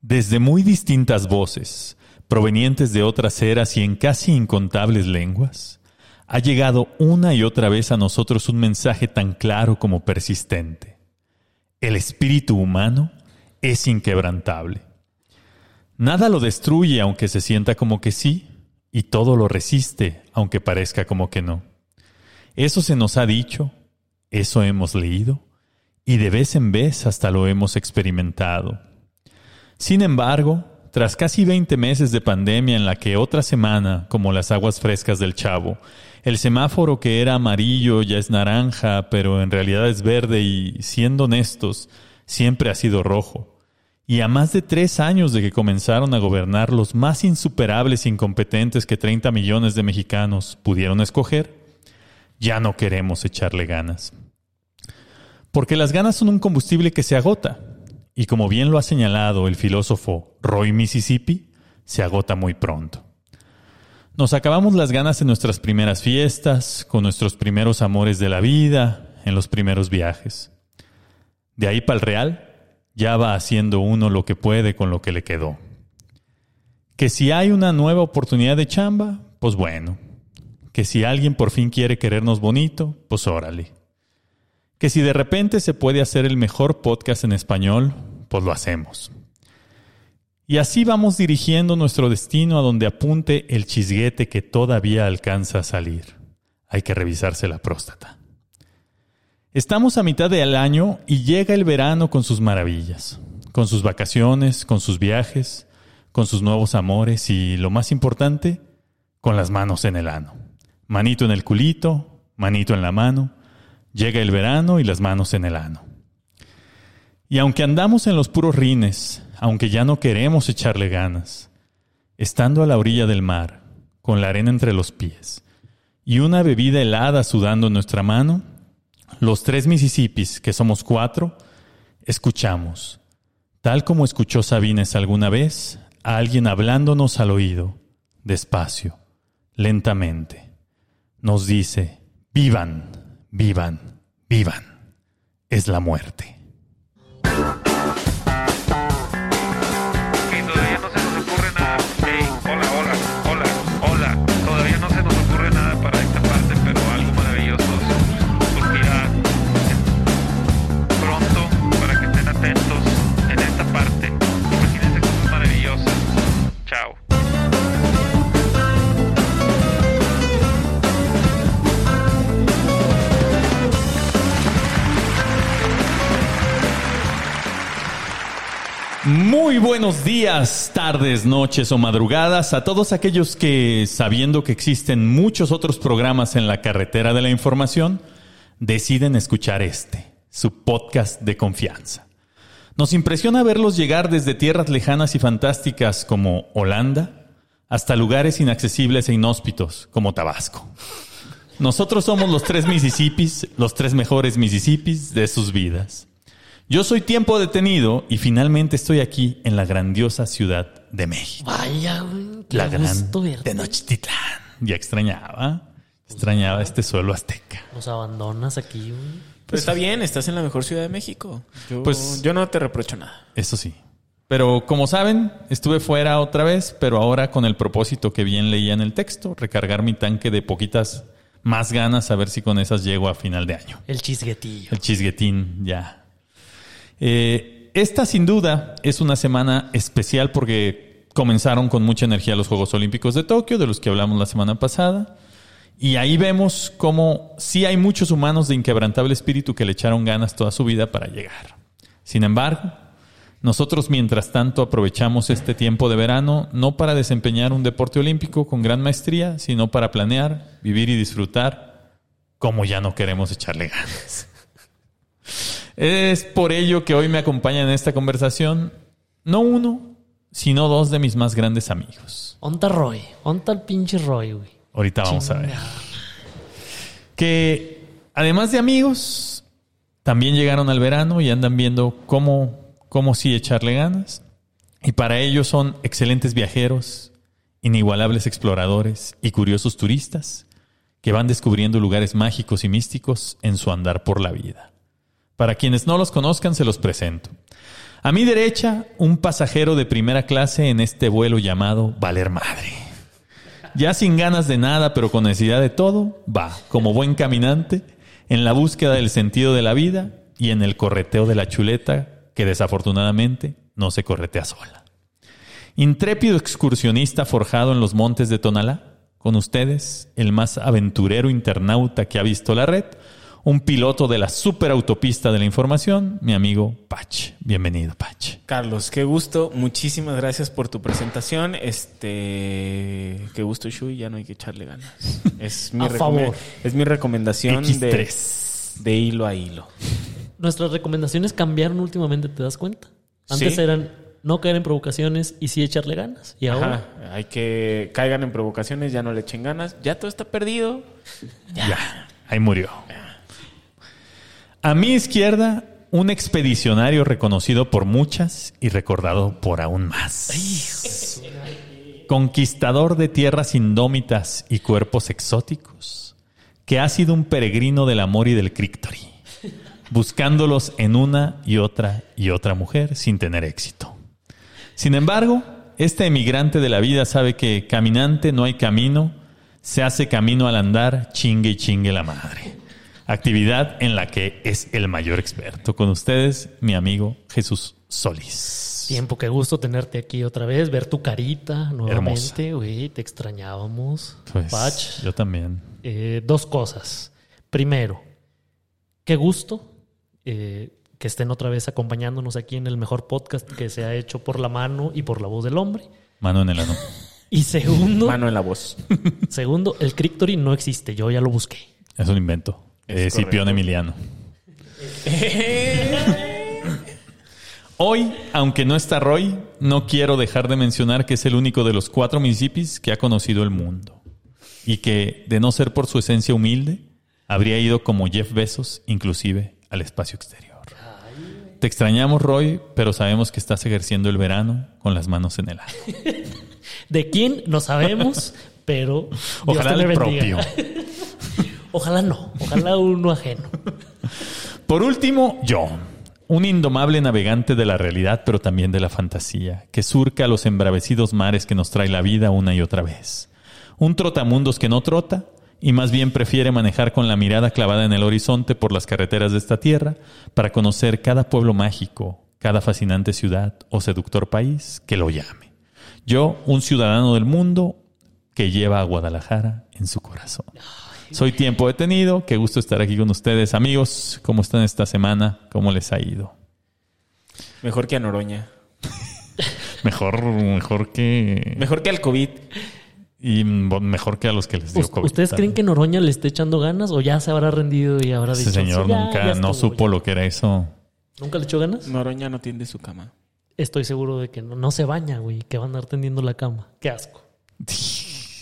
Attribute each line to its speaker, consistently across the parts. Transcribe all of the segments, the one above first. Speaker 1: Desde muy distintas voces, provenientes de otras eras y en casi incontables lenguas, ha llegado una y otra vez a nosotros un mensaje tan claro como persistente. El espíritu humano es inquebrantable. Nada lo destruye aunque se sienta como que sí, y todo lo resiste aunque parezca como que no. Eso se nos ha dicho, eso hemos leído, y de vez en vez hasta lo hemos experimentado. Sin embargo, tras casi 20 meses de pandemia en la que otra semana, como las aguas frescas del Chavo, el semáforo que era amarillo ya es naranja, pero en realidad es verde y, siendo honestos, siempre ha sido rojo. Y a más de tres años de que comenzaron a gobernar los más insuperables e incompetentes que 30 millones de mexicanos pudieron escoger, ya no queremos echarle ganas. Porque las ganas son un combustible que se agota, y como bien lo ha señalado el filósofo Roy Mississippi, se agota muy pronto. Nos acabamos las ganas en nuestras primeras fiestas, con nuestros primeros amores de la vida, en los primeros viajes. De ahí para el real, ya va haciendo uno lo que puede con lo que le quedó. Que si hay una nueva oportunidad de chamba, pues bueno. Que si alguien por fin quiere querernos bonito, pues órale que si de repente se puede hacer el mejor podcast en español, pues lo hacemos. Y así vamos dirigiendo nuestro destino a donde apunte el chisguete que todavía alcanza a salir. Hay que revisarse la próstata. Estamos a mitad del año y llega el verano con sus maravillas, con sus vacaciones, con sus viajes, con sus nuevos amores y, lo más importante, con las manos en el ano. Manito en el culito, manito en la mano, Llega el verano y las manos en el ano. Y aunque andamos en los puros rines, aunque ya no queremos echarle ganas, estando a la orilla del mar, con la arena entre los pies y una bebida helada sudando en nuestra mano, los tres Mississippis, que somos cuatro, escuchamos, tal como escuchó Sabines alguna vez, a alguien hablándonos al oído, despacio, lentamente. Nos dice, vivan vivan, vivan. Es la muerte.
Speaker 2: Que todavía no se nos ocurre nada. Ey, hola, hola, hola, hola. Todavía no se nos ocurre nada para esta parte, pero algo maravilloso surgirá en- pronto para que estén atentos en esta parte. Imagínense cosas maravillosas. Chao.
Speaker 1: Muy buenos días, tardes, noches o madrugadas a todos aquellos que, sabiendo que existen muchos otros programas en la carretera de la información, deciden escuchar este, su podcast de confianza. Nos impresiona verlos llegar desde tierras lejanas y fantásticas como Holanda hasta lugares inaccesibles e inhóspitos como Tabasco. Nosotros somos los tres Mississippis, los tres mejores Mississippis de sus vidas. Yo soy tiempo detenido y finalmente estoy aquí en la grandiosa ciudad de México.
Speaker 3: Vaya, güey. Qué
Speaker 1: La gran
Speaker 3: gusto verte.
Speaker 1: Tenochtitlán. Ya extrañaba, extrañaba este suelo azteca.
Speaker 3: Nos abandonas aquí, güey.
Speaker 4: Pero está bien, estás en la mejor ciudad de México. Yo,
Speaker 1: Pues-
Speaker 4: yo no te reprocho nada.
Speaker 1: Eso sí. Pero como saben, estuve fuera otra vez, pero ahora con el propósito que bien leía en el texto, recargar mi tanque de poquitas más ganas, a ver si con esas llego a final de año.
Speaker 3: El chisguetillo.
Speaker 1: El chisguetín, ya. Eh, esta sin duda es una semana especial porque comenzaron con mucha energía los Juegos Olímpicos de Tokio, de los que hablamos la semana pasada. Y ahí vemos cómo sí hay muchos humanos de inquebrantable espíritu que le echaron ganas toda su vida para llegar. Sin embargo, nosotros mientras tanto aprovechamos este tiempo de verano no para desempeñar un deporte olímpico con gran maestría, sino para planear, vivir y disfrutar como ya no queremos echarle ganas. Es por ello que hoy me acompañan en esta conversación no uno, sino dos de mis más grandes amigos.
Speaker 3: Onta Roy. Onta el pinche Roy, güey.
Speaker 1: Ahorita vamos a ver.
Speaker 3: Chingada.
Speaker 1: Que además de amigos, también llegaron al verano y andan viendo cómo, cómo sí echarle ganas. Y para ellos son excelentes viajeros, inigualables exploradores y curiosos turistas que van descubriendo lugares mágicos y místicos en su andar por la vida. Para quienes no los conozcan, se los presento. A mi derecha, un pasajero de primera clase en este vuelo llamado Valer Madre. Ya sin ganas de nada, pero con necesidad de todo, va, como buen caminante, en la búsqueda del sentido de la vida y en el correteo de la chuleta, que desafortunadamente no se corretea sola. Intrépido excursionista forjado en los montes de Tonalá, con ustedes, el más aventurero internauta que ha visto la red, un piloto de la superautopista de la información, mi amigo Pach. Bienvenido, Pach.
Speaker 4: Carlos, qué gusto. Muchísimas gracias por tu presentación. Este, qué gusto, Shui. Ya no hay que echarle ganas. Es mi,
Speaker 3: A
Speaker 4: recome-
Speaker 3: favor.
Speaker 4: Es mi recomendación de,
Speaker 1: X3.
Speaker 4: de hilo a hilo.
Speaker 3: Nuestras recomendaciones cambiaron últimamente, ¿te das cuenta? Antes
Speaker 4: Sí.
Speaker 3: eran no caer en provocaciones y sí echarle ganas. Y ahora,
Speaker 4: Ajá. Hay que caigan en provocaciones, ya no le echen ganas. Ya todo está perdido.
Speaker 1: Ya, ahí murió. A mi izquierda, un expedicionario reconocido por muchas y recordado por aún más. Conquistador de tierras indómitas y cuerpos exóticos, que ha sido un peregrino del amor y del críctori, buscándolos en una y otra y otra mujer sin tener éxito. Sin embargo, este emigrante de la vida sabe que caminante no hay camino, se hace camino al andar, chingue y chingue la madre. Actividad en la que es el mayor experto. Con ustedes, mi amigo Jesús Solís.
Speaker 3: tiempo, qué gusto tenerte aquí otra vez, ver tu carita nuevamente, güey, te extrañábamos.
Speaker 1: Pues,
Speaker 3: Pach,
Speaker 1: Yo también.
Speaker 3: Eh, dos cosas. Primero, qué gusto eh, que estén otra vez acompañándonos aquí en el mejor podcast que se ha hecho por la mano y por la voz del hombre.
Speaker 1: Mano en el ano.
Speaker 3: Y segundo,
Speaker 4: Mano en la voz.
Speaker 3: segundo el Crictory no existe, yo ya lo busqué.
Speaker 1: Es un invento.
Speaker 4: Es
Speaker 1: Eh, Cipión
Speaker 4: correcto.
Speaker 1: Emiliano. Hoy, aunque no está Roy, no quiero dejar de mencionar que es el único de los cuatro municipios que ha conocido el mundo. Y que, de no ser por su esencia humilde, habría ido como Jeff Bezos, inclusive al espacio exterior. Te extrañamos, Roy, pero sabemos que estás ejerciendo el verano con las manos en el aire.
Speaker 3: De quién no sabemos, pero Dios
Speaker 1: Ojalá
Speaker 3: te le
Speaker 1: el propio.
Speaker 3: bendiga. Ojalá no, ojalá uno ajeno.
Speaker 1: Por último, yo, un indomable navegante de la realidad, pero también de la fantasía, que surca los embravecidos mares que nos trae la vida una y otra vez. Un trotamundos que no trota y más bien prefiere manejar con la mirada clavada en el horizonte por las carreteras de esta tierra para conocer cada pueblo mágico, cada fascinante ciudad o seductor país que lo llame. Yo, un ciudadano del mundo que lleva a Guadalajara en su corazón. Soy Tiempo Detenido. Qué gusto estar aquí con ustedes, amigos. ¿Cómo están esta semana? ¿Cómo les ha ido?
Speaker 4: Mejor que a Noroña.
Speaker 1: Mejor, mejor que.
Speaker 4: Mejor que al COVID.
Speaker 1: Y mm, mejor que a los que les dio
Speaker 3: ¿Ust-
Speaker 1: COVID.
Speaker 3: ¿Ustedes creen que Noroña le esté echando ganas o ya se habrá rendido y habrá dicho?
Speaker 1: Ese señor
Speaker 3: "Sí, ya,
Speaker 1: nunca,
Speaker 3: ya
Speaker 1: no
Speaker 3: estuvo,
Speaker 1: supo lo que era eso.
Speaker 3: ya"? ¿Nunca le echó ganas?
Speaker 4: Noroña no tiende su cama.
Speaker 3: Estoy seguro de que no, no se baña, güey, que va a andar tendiendo la cama. Qué asco.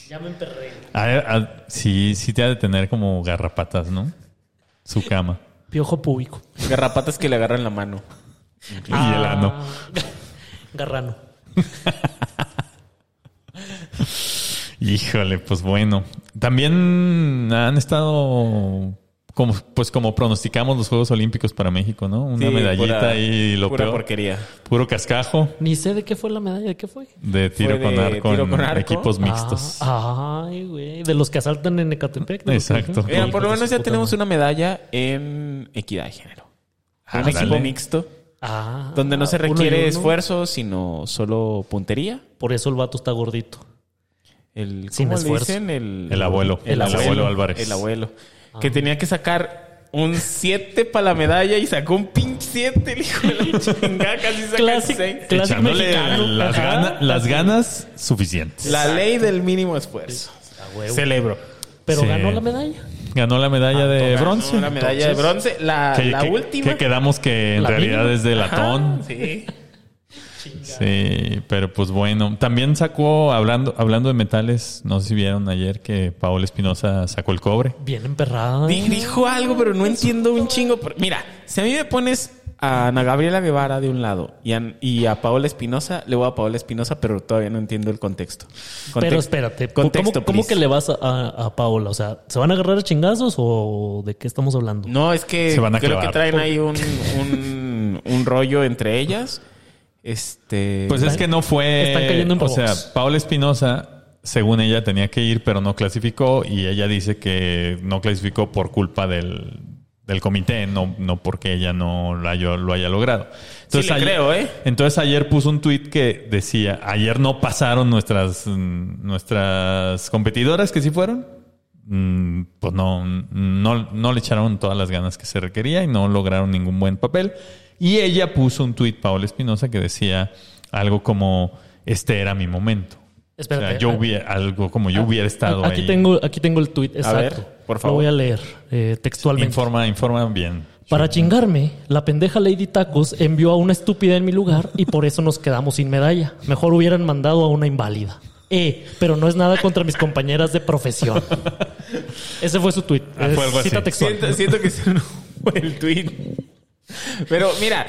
Speaker 3: Ya me emperré.
Speaker 1: A ver, a- sí, sí te ha de tener como garrapatas, ¿no? Su cama.
Speaker 3: Piojo público.
Speaker 4: Garrapatas que le agarran la mano.
Speaker 1: Y el ano.
Speaker 3: Ah. Garrano.
Speaker 1: Híjole, pues bueno. También han estado como, pues como pronosticamos los Juegos Olímpicos para México, ¿no? Una
Speaker 4: Sí,
Speaker 1: medallita
Speaker 4: pura-
Speaker 1: y lo
Speaker 4: pura
Speaker 1: peor.
Speaker 4: porquería.
Speaker 1: Puro cascajo.
Speaker 3: Ni sé de qué fue la medalla, de qué fue.
Speaker 1: De tiro,
Speaker 4: Fue
Speaker 1: con,
Speaker 4: de
Speaker 1: arco
Speaker 4: tiro
Speaker 1: en
Speaker 4: con arco.
Speaker 1: equipos mixtos.
Speaker 3: Ah, ay, güey. De los que asaltan en Ecatepec. ¿no?
Speaker 1: Exacto.
Speaker 4: Mira,
Speaker 1: Sí,
Speaker 4: por lo menos ya
Speaker 3: puta
Speaker 4: tenemos
Speaker 3: madre.
Speaker 4: una medalla en equidad de género.
Speaker 1: Ah,
Speaker 4: un equipo
Speaker 1: dale.
Speaker 4: mixto,
Speaker 3: Ah,
Speaker 4: donde no se
Speaker 3: uno y
Speaker 4: requiere
Speaker 3: uno.
Speaker 4: esfuerzo, sino solo puntería.
Speaker 3: Por eso el vato está gordito.
Speaker 4: El,
Speaker 3: Sin
Speaker 4: ¿cómo le
Speaker 3: esfuerzo.
Speaker 4: dicen? El,
Speaker 1: El abuelo.
Speaker 4: El,
Speaker 1: El
Speaker 4: abuelo,
Speaker 1: abuelo Álvarez.
Speaker 4: El abuelo.
Speaker 3: Ah.
Speaker 4: Que tenía que sacar un 7 para la medalla y sacó un pinche 7. El hijo de la chingada casi saca
Speaker 3: Clásico.
Speaker 4: seis.
Speaker 3: Clásico
Speaker 1: Echándole
Speaker 3: mexicano.
Speaker 1: las,
Speaker 3: Ajá.
Speaker 1: gana- las ganas suficientes.
Speaker 4: La ley del mínimo esfuerzo.
Speaker 3: A huevo.
Speaker 4: Celebro.
Speaker 3: Pero
Speaker 1: Sí.
Speaker 3: ganó la medalla.
Speaker 1: Ganó la medalla de bronce.
Speaker 4: La medalla de bronce. La,
Speaker 1: Que-
Speaker 4: la
Speaker 1: que-
Speaker 4: última.
Speaker 1: Que quedamos que en
Speaker 3: La
Speaker 1: realidad
Speaker 3: mínima.
Speaker 1: es de latón.
Speaker 4: Ah, sí.
Speaker 1: Sí, pero pues bueno. También sacó, hablando, hablando de metales, no sé si vieron ayer que Paola Espinosa sacó el cobre.
Speaker 3: Bien emperrada.
Speaker 4: Di- dijo algo, pero no entiendo un chingo. Pero Mira, si a mí me pones a Ana Gabriela Guevara de un lado y a, y a Paola Espinosa, le voy a Paola Espinosa, pero todavía no entiendo el contexto.
Speaker 3: Pero
Speaker 4: Context-
Speaker 3: espérate, ¿cómo-
Speaker 4: contexto,
Speaker 3: ¿cómo, cómo
Speaker 4: please.
Speaker 3: que le vas a, a- a Paola? O sea, ¿se van a agarrar a chingazos o de qué estamos hablando?
Speaker 4: No, es que
Speaker 1: Se van a
Speaker 4: creo que
Speaker 1: clavar.
Speaker 4: traen ahí un, un, un rollo entre ellas. Este.
Speaker 1: Pues es
Speaker 3: Están-
Speaker 1: que no fue.
Speaker 3: están cayendo en
Speaker 1: O
Speaker 3: box.
Speaker 1: sea, Paola Espinosa, según ella, tenía que ir, pero no clasificó. Y ella dice que no clasificó por culpa del, del comité, no, no porque ella no lo haya, lo haya logrado.
Speaker 4: le creo, ¿eh?
Speaker 1: Entonces ayer puso un tuit que decía: Ayer no pasaron nuestras, mm, nuestras competidoras que sí fueron. Mm, Pues no, no, no le echaron todas las ganas que se requería y no lograron ningún buen papel. Y ella puso un tuit, Paola Espinosa, que decía algo como: Este era mi momento. O
Speaker 3: Espérate.
Speaker 1: sea, yo
Speaker 3: ah,
Speaker 1: hubiera, algo como yo hubiera estado
Speaker 3: Aquí
Speaker 1: ahí.
Speaker 3: tengo, aquí tengo el tuit, exacto.
Speaker 4: ver, por
Speaker 3: Lo
Speaker 4: favor.
Speaker 3: voy a leer eh, textualmente.
Speaker 1: Informa, informa bien.
Speaker 3: Para chingarme, la pendeja Lady Tacos envió a una estúpida en mi lugar y por eso nos quedamos sin medalla. Mejor hubieran mandado a una inválida. Eh, pero no es nada contra mis compañeras de profesión. Ese fue su tweet.
Speaker 1: Ah, fue algo así.
Speaker 3: Cita textual.
Speaker 4: Siento, siento que es un buen tweet. Pero mira,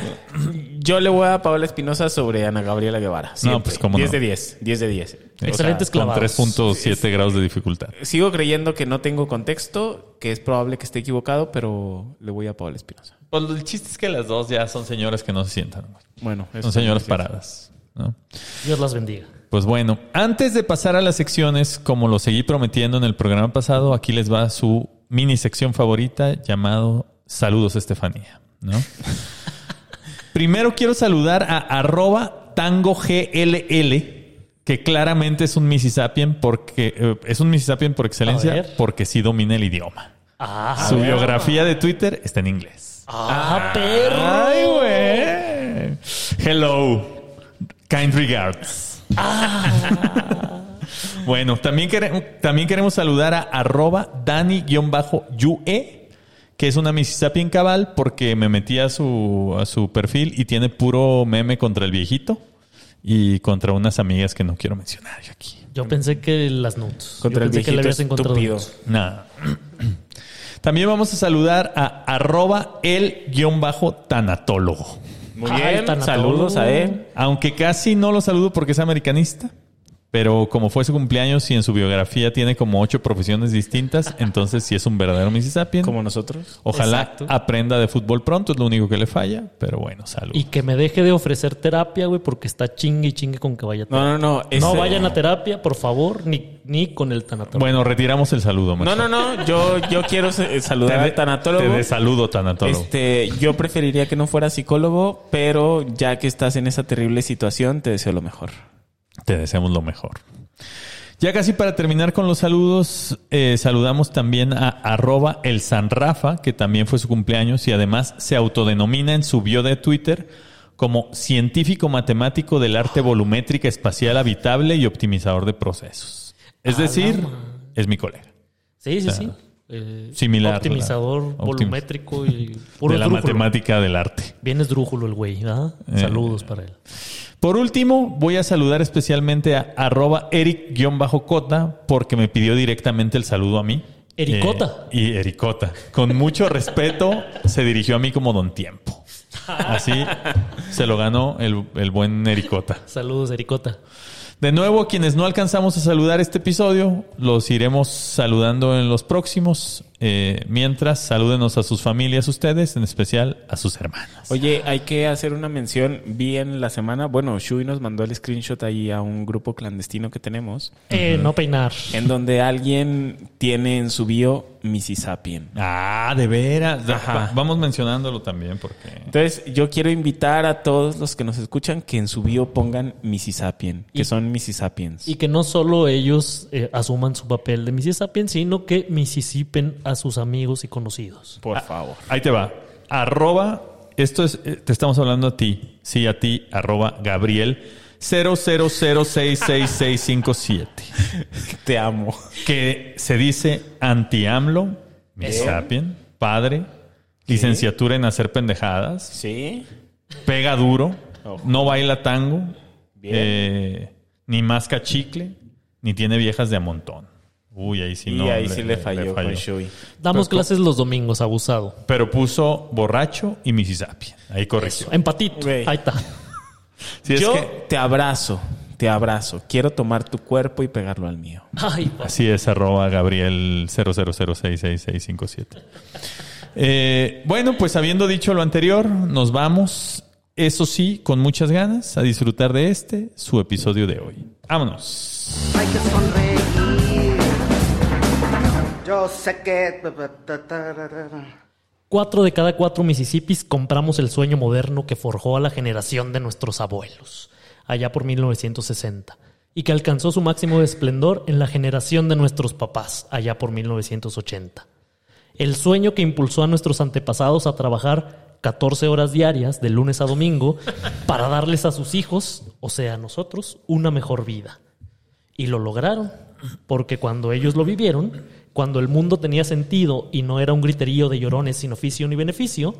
Speaker 4: yo le voy a Paola Espinosa sobre Ana Gabriela Guevara. Siempre.
Speaker 1: pues, cómo no.
Speaker 4: 10 de 10. 10 de 10.
Speaker 3: Excelentes
Speaker 1: Con
Speaker 3: clavados.
Speaker 1: 3.7 grados de dificultad.
Speaker 4: Sigo creyendo que no tengo contexto, que es probable que esté equivocado, pero le voy a Paola Espinosa.
Speaker 1: Pues el chiste es que las dos ya son señoras que no se sientan. güey.
Speaker 4: Bueno, eso
Speaker 1: Son señoras
Speaker 4: sí.
Speaker 1: paradas. ¿no?
Speaker 3: Dios las bendiga.
Speaker 1: Pues bueno, antes de pasar a las secciones, como lo seguí prometiendo en el programa pasado, aquí les va su mini sección favorita llamado Saludos Estefanía. ¿no? Primero quiero saludar a arroba tango GLL, que claramente es un Mississippian porque eh, es un Mississippian por
Speaker 3: A
Speaker 1: excelencia
Speaker 3: ver.
Speaker 1: porque sí domina el idioma.
Speaker 3: Ah,
Speaker 1: Su biografía de Twitter está en inglés.
Speaker 3: ah, perro.
Speaker 1: Ay, güey. Hello. Kind regards. bueno, también, quere- también queremos saludar a arroba Dani-UE, que es una Mississippi en cabal, porque me metí a su, a su perfil y tiene puro meme contra el viejito y contra unas amigas que no quiero mencionar yo aquí.
Speaker 3: Yo pensé que las nudes.
Speaker 4: Contra
Speaker 3: Yo
Speaker 4: el
Speaker 3: pensé que le
Speaker 4: viejito
Speaker 3: habías encontrado
Speaker 4: estúpido.
Speaker 3: nudes.
Speaker 1: Nada. También vamos a saludar a arroba el guión bajo tanatólogo.
Speaker 4: Muy
Speaker 3: Ay,
Speaker 4: bien,
Speaker 3: tan
Speaker 4: saludos a él.
Speaker 1: Aunque casi no lo saludo porque es americanista, pero como fue su cumpleaños y en su biografía tiene como ocho profesiones distintas, entonces sí es un verdadero Mississippian.
Speaker 4: Como nosotros.
Speaker 1: Ojalá
Speaker 3: Exacto.
Speaker 1: aprenda de fútbol pronto, es lo único que le falla, pero bueno, salud.
Speaker 3: Y que me deje de ofrecer terapia, güey, porque está chingue y chingue con que vaya a
Speaker 4: No, no, no. este,
Speaker 3: No
Speaker 4: ese-
Speaker 3: vayan a terapia, por favor, ni, ni con el tanatólogo.
Speaker 1: Bueno, retiramos el saludo.
Speaker 4: No,
Speaker 1: mejor.
Speaker 4: no, no. Yo, yo quiero eh, saludar
Speaker 1: de-
Speaker 4: al tanatólogo.
Speaker 1: Te saludo, tanatólogo.
Speaker 4: Este, yo preferiría que no fuera psicólogo, pero ya que estás en esa terrible situación, te deseo lo mejor.
Speaker 1: Te deseamos lo mejor. Ya casi para terminar con los saludos, eh, saludamos también a arroba el San Rafa, que también fue su cumpleaños y además se autodenomina en su bio de Twitter como científico matemático del arte volumétrica espacial habitable y optimizador de procesos. Es
Speaker 3: Ah,
Speaker 1: decir,
Speaker 3: no,
Speaker 1: es mi colega.
Speaker 3: sí, sí,
Speaker 1: o sea,
Speaker 3: sí. Eh,
Speaker 1: similar,
Speaker 3: Optimizador
Speaker 1: ¿verdad? Optim-
Speaker 3: volumétrico y puro
Speaker 1: de la
Speaker 3: esdrújulo.
Speaker 1: matemática del arte.
Speaker 3: Bien esdrújulo el güey, ¿verdad?
Speaker 1: Eh.
Speaker 3: Saludos para él.
Speaker 1: Por último, voy a saludar especialmente a arroba eric-cota porque me pidió directamente el saludo a mí.
Speaker 3: Ericota.
Speaker 1: Eh, y Ericota. Con mucho respeto se dirigió a mí como don tiempo. Así se lo ganó el, el buen Ericota.
Speaker 3: Saludos, Ericota.
Speaker 1: De nuevo, quienes no alcanzamos a saludar este episodio, los iremos saludando en los próximos. Eh, mientras, salúdenos a sus familias ustedes, en especial a sus hermanas.
Speaker 4: Oye, hay que hacer una mención. Vi en la semana, bueno, Shui nos mandó el screenshot ahí a un grupo clandestino que tenemos,
Speaker 3: Eh, No peinar.
Speaker 4: en donde alguien tiene en su bio Mississippi.
Speaker 1: Ah, de veras.
Speaker 4: Ajá.
Speaker 1: Va- Vamos mencionándolo también porque...
Speaker 4: Entonces, yo quiero invitar a todos los que nos escuchan que en su bio pongan Mississippi, que
Speaker 3: Y-
Speaker 4: son Mississippians.
Speaker 3: Y que no solo ellos eh, asuman su papel de Mississippi, sino que misisipen a sus amigos y conocidos.
Speaker 4: Por favor.
Speaker 1: Ahí te va. Arroba, esto es, eh, te estamos hablando a ti. Sí, a ti, arroba Gabriel 000666657.
Speaker 4: Te amo.
Speaker 1: Que se dice anti-AMLO,
Speaker 4: Eh.
Speaker 1: misapien, padre, licenciatura en hacer pendejadas,
Speaker 4: Sí.
Speaker 1: pega duro,
Speaker 4: Ojo.
Speaker 1: no baila tango,
Speaker 4: Bien.
Speaker 1: eh, ni masca chicle, ni tiene viejas de a montón. Uy, ahí sí
Speaker 4: y
Speaker 1: no.
Speaker 4: ahí sí le falló, con Shui.
Speaker 3: Damos clases los domingos, abusado.
Speaker 1: Pero puso borracho y misisapien. Ahí corrigió.
Speaker 3: Empatito.
Speaker 4: Güey.
Speaker 3: Ahí está.
Speaker 1: Sí, es
Speaker 4: yo
Speaker 1: que-
Speaker 4: te abrazo, te abrazo. Quiero tomar tu cuerpo y pegarlo al mío.
Speaker 3: Ay, pa-
Speaker 1: Así es, arroba Gabriel 000666657. Eh, bueno, pues habiendo dicho lo anterior, nos vamos. Eso sí, con muchas ganas, a disfrutar de este, su episodio de hoy. Vámonos.
Speaker 5: hay que sonreír. Yo sé que... ta, ta, ra, ra, ra.
Speaker 3: Cuatro de cada cuatro Mississippis compramos el sueño moderno que forjó a la generación de nuestros abuelos, allá por 1960, y que alcanzó su máximo de esplendor en la generación de nuestros papás, allá por 1980. El sueño que impulsó a nuestros antepasados a trabajar 14 horas diarias, de lunes a domingo, para darles a sus hijos, o sea, a nosotros, una mejor vida. Y lo lograron, porque cuando ellos lo vivieron, cuando el mundo tenía sentido y no era un griterío de llorones sin oficio ni beneficio,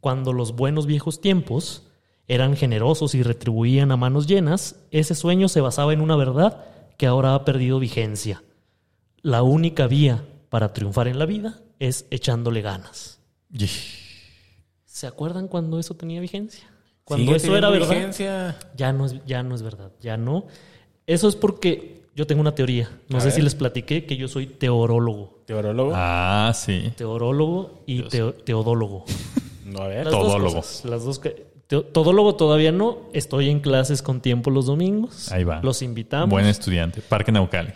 Speaker 3: cuando los buenos viejos tiempos eran generosos y retribuían a manos llenas, ese sueño se basaba en una verdad que ahora ha perdido vigencia. La única vía para triunfar en la vida es echándole ganas.
Speaker 1: Yeh.
Speaker 3: ¿Se acuerdan cuando eso tenía vigencia? Cuando
Speaker 4: Sigue
Speaker 3: eso era
Speaker 4: teniendo
Speaker 3: verdad
Speaker 4: vigencia.
Speaker 3: ya no es, ya no es verdad, ya no. Eso es porque yo tengo una teoría. No
Speaker 4: A
Speaker 3: sé
Speaker 4: ver.
Speaker 3: si les platiqué que yo soy teorólogo.
Speaker 4: Teorólogo.
Speaker 1: Ah, sí.
Speaker 3: Teorólogo y teo- teodólogo.
Speaker 4: No, a ver.
Speaker 3: Las dos
Speaker 1: Todólogo.
Speaker 3: cosas, las dos que- teo- todólogo todavía no. Estoy en clases con tiempo los domingos.
Speaker 1: Ahí va.
Speaker 3: Los invitamos.
Speaker 1: Buen estudiante. Parque Naucali.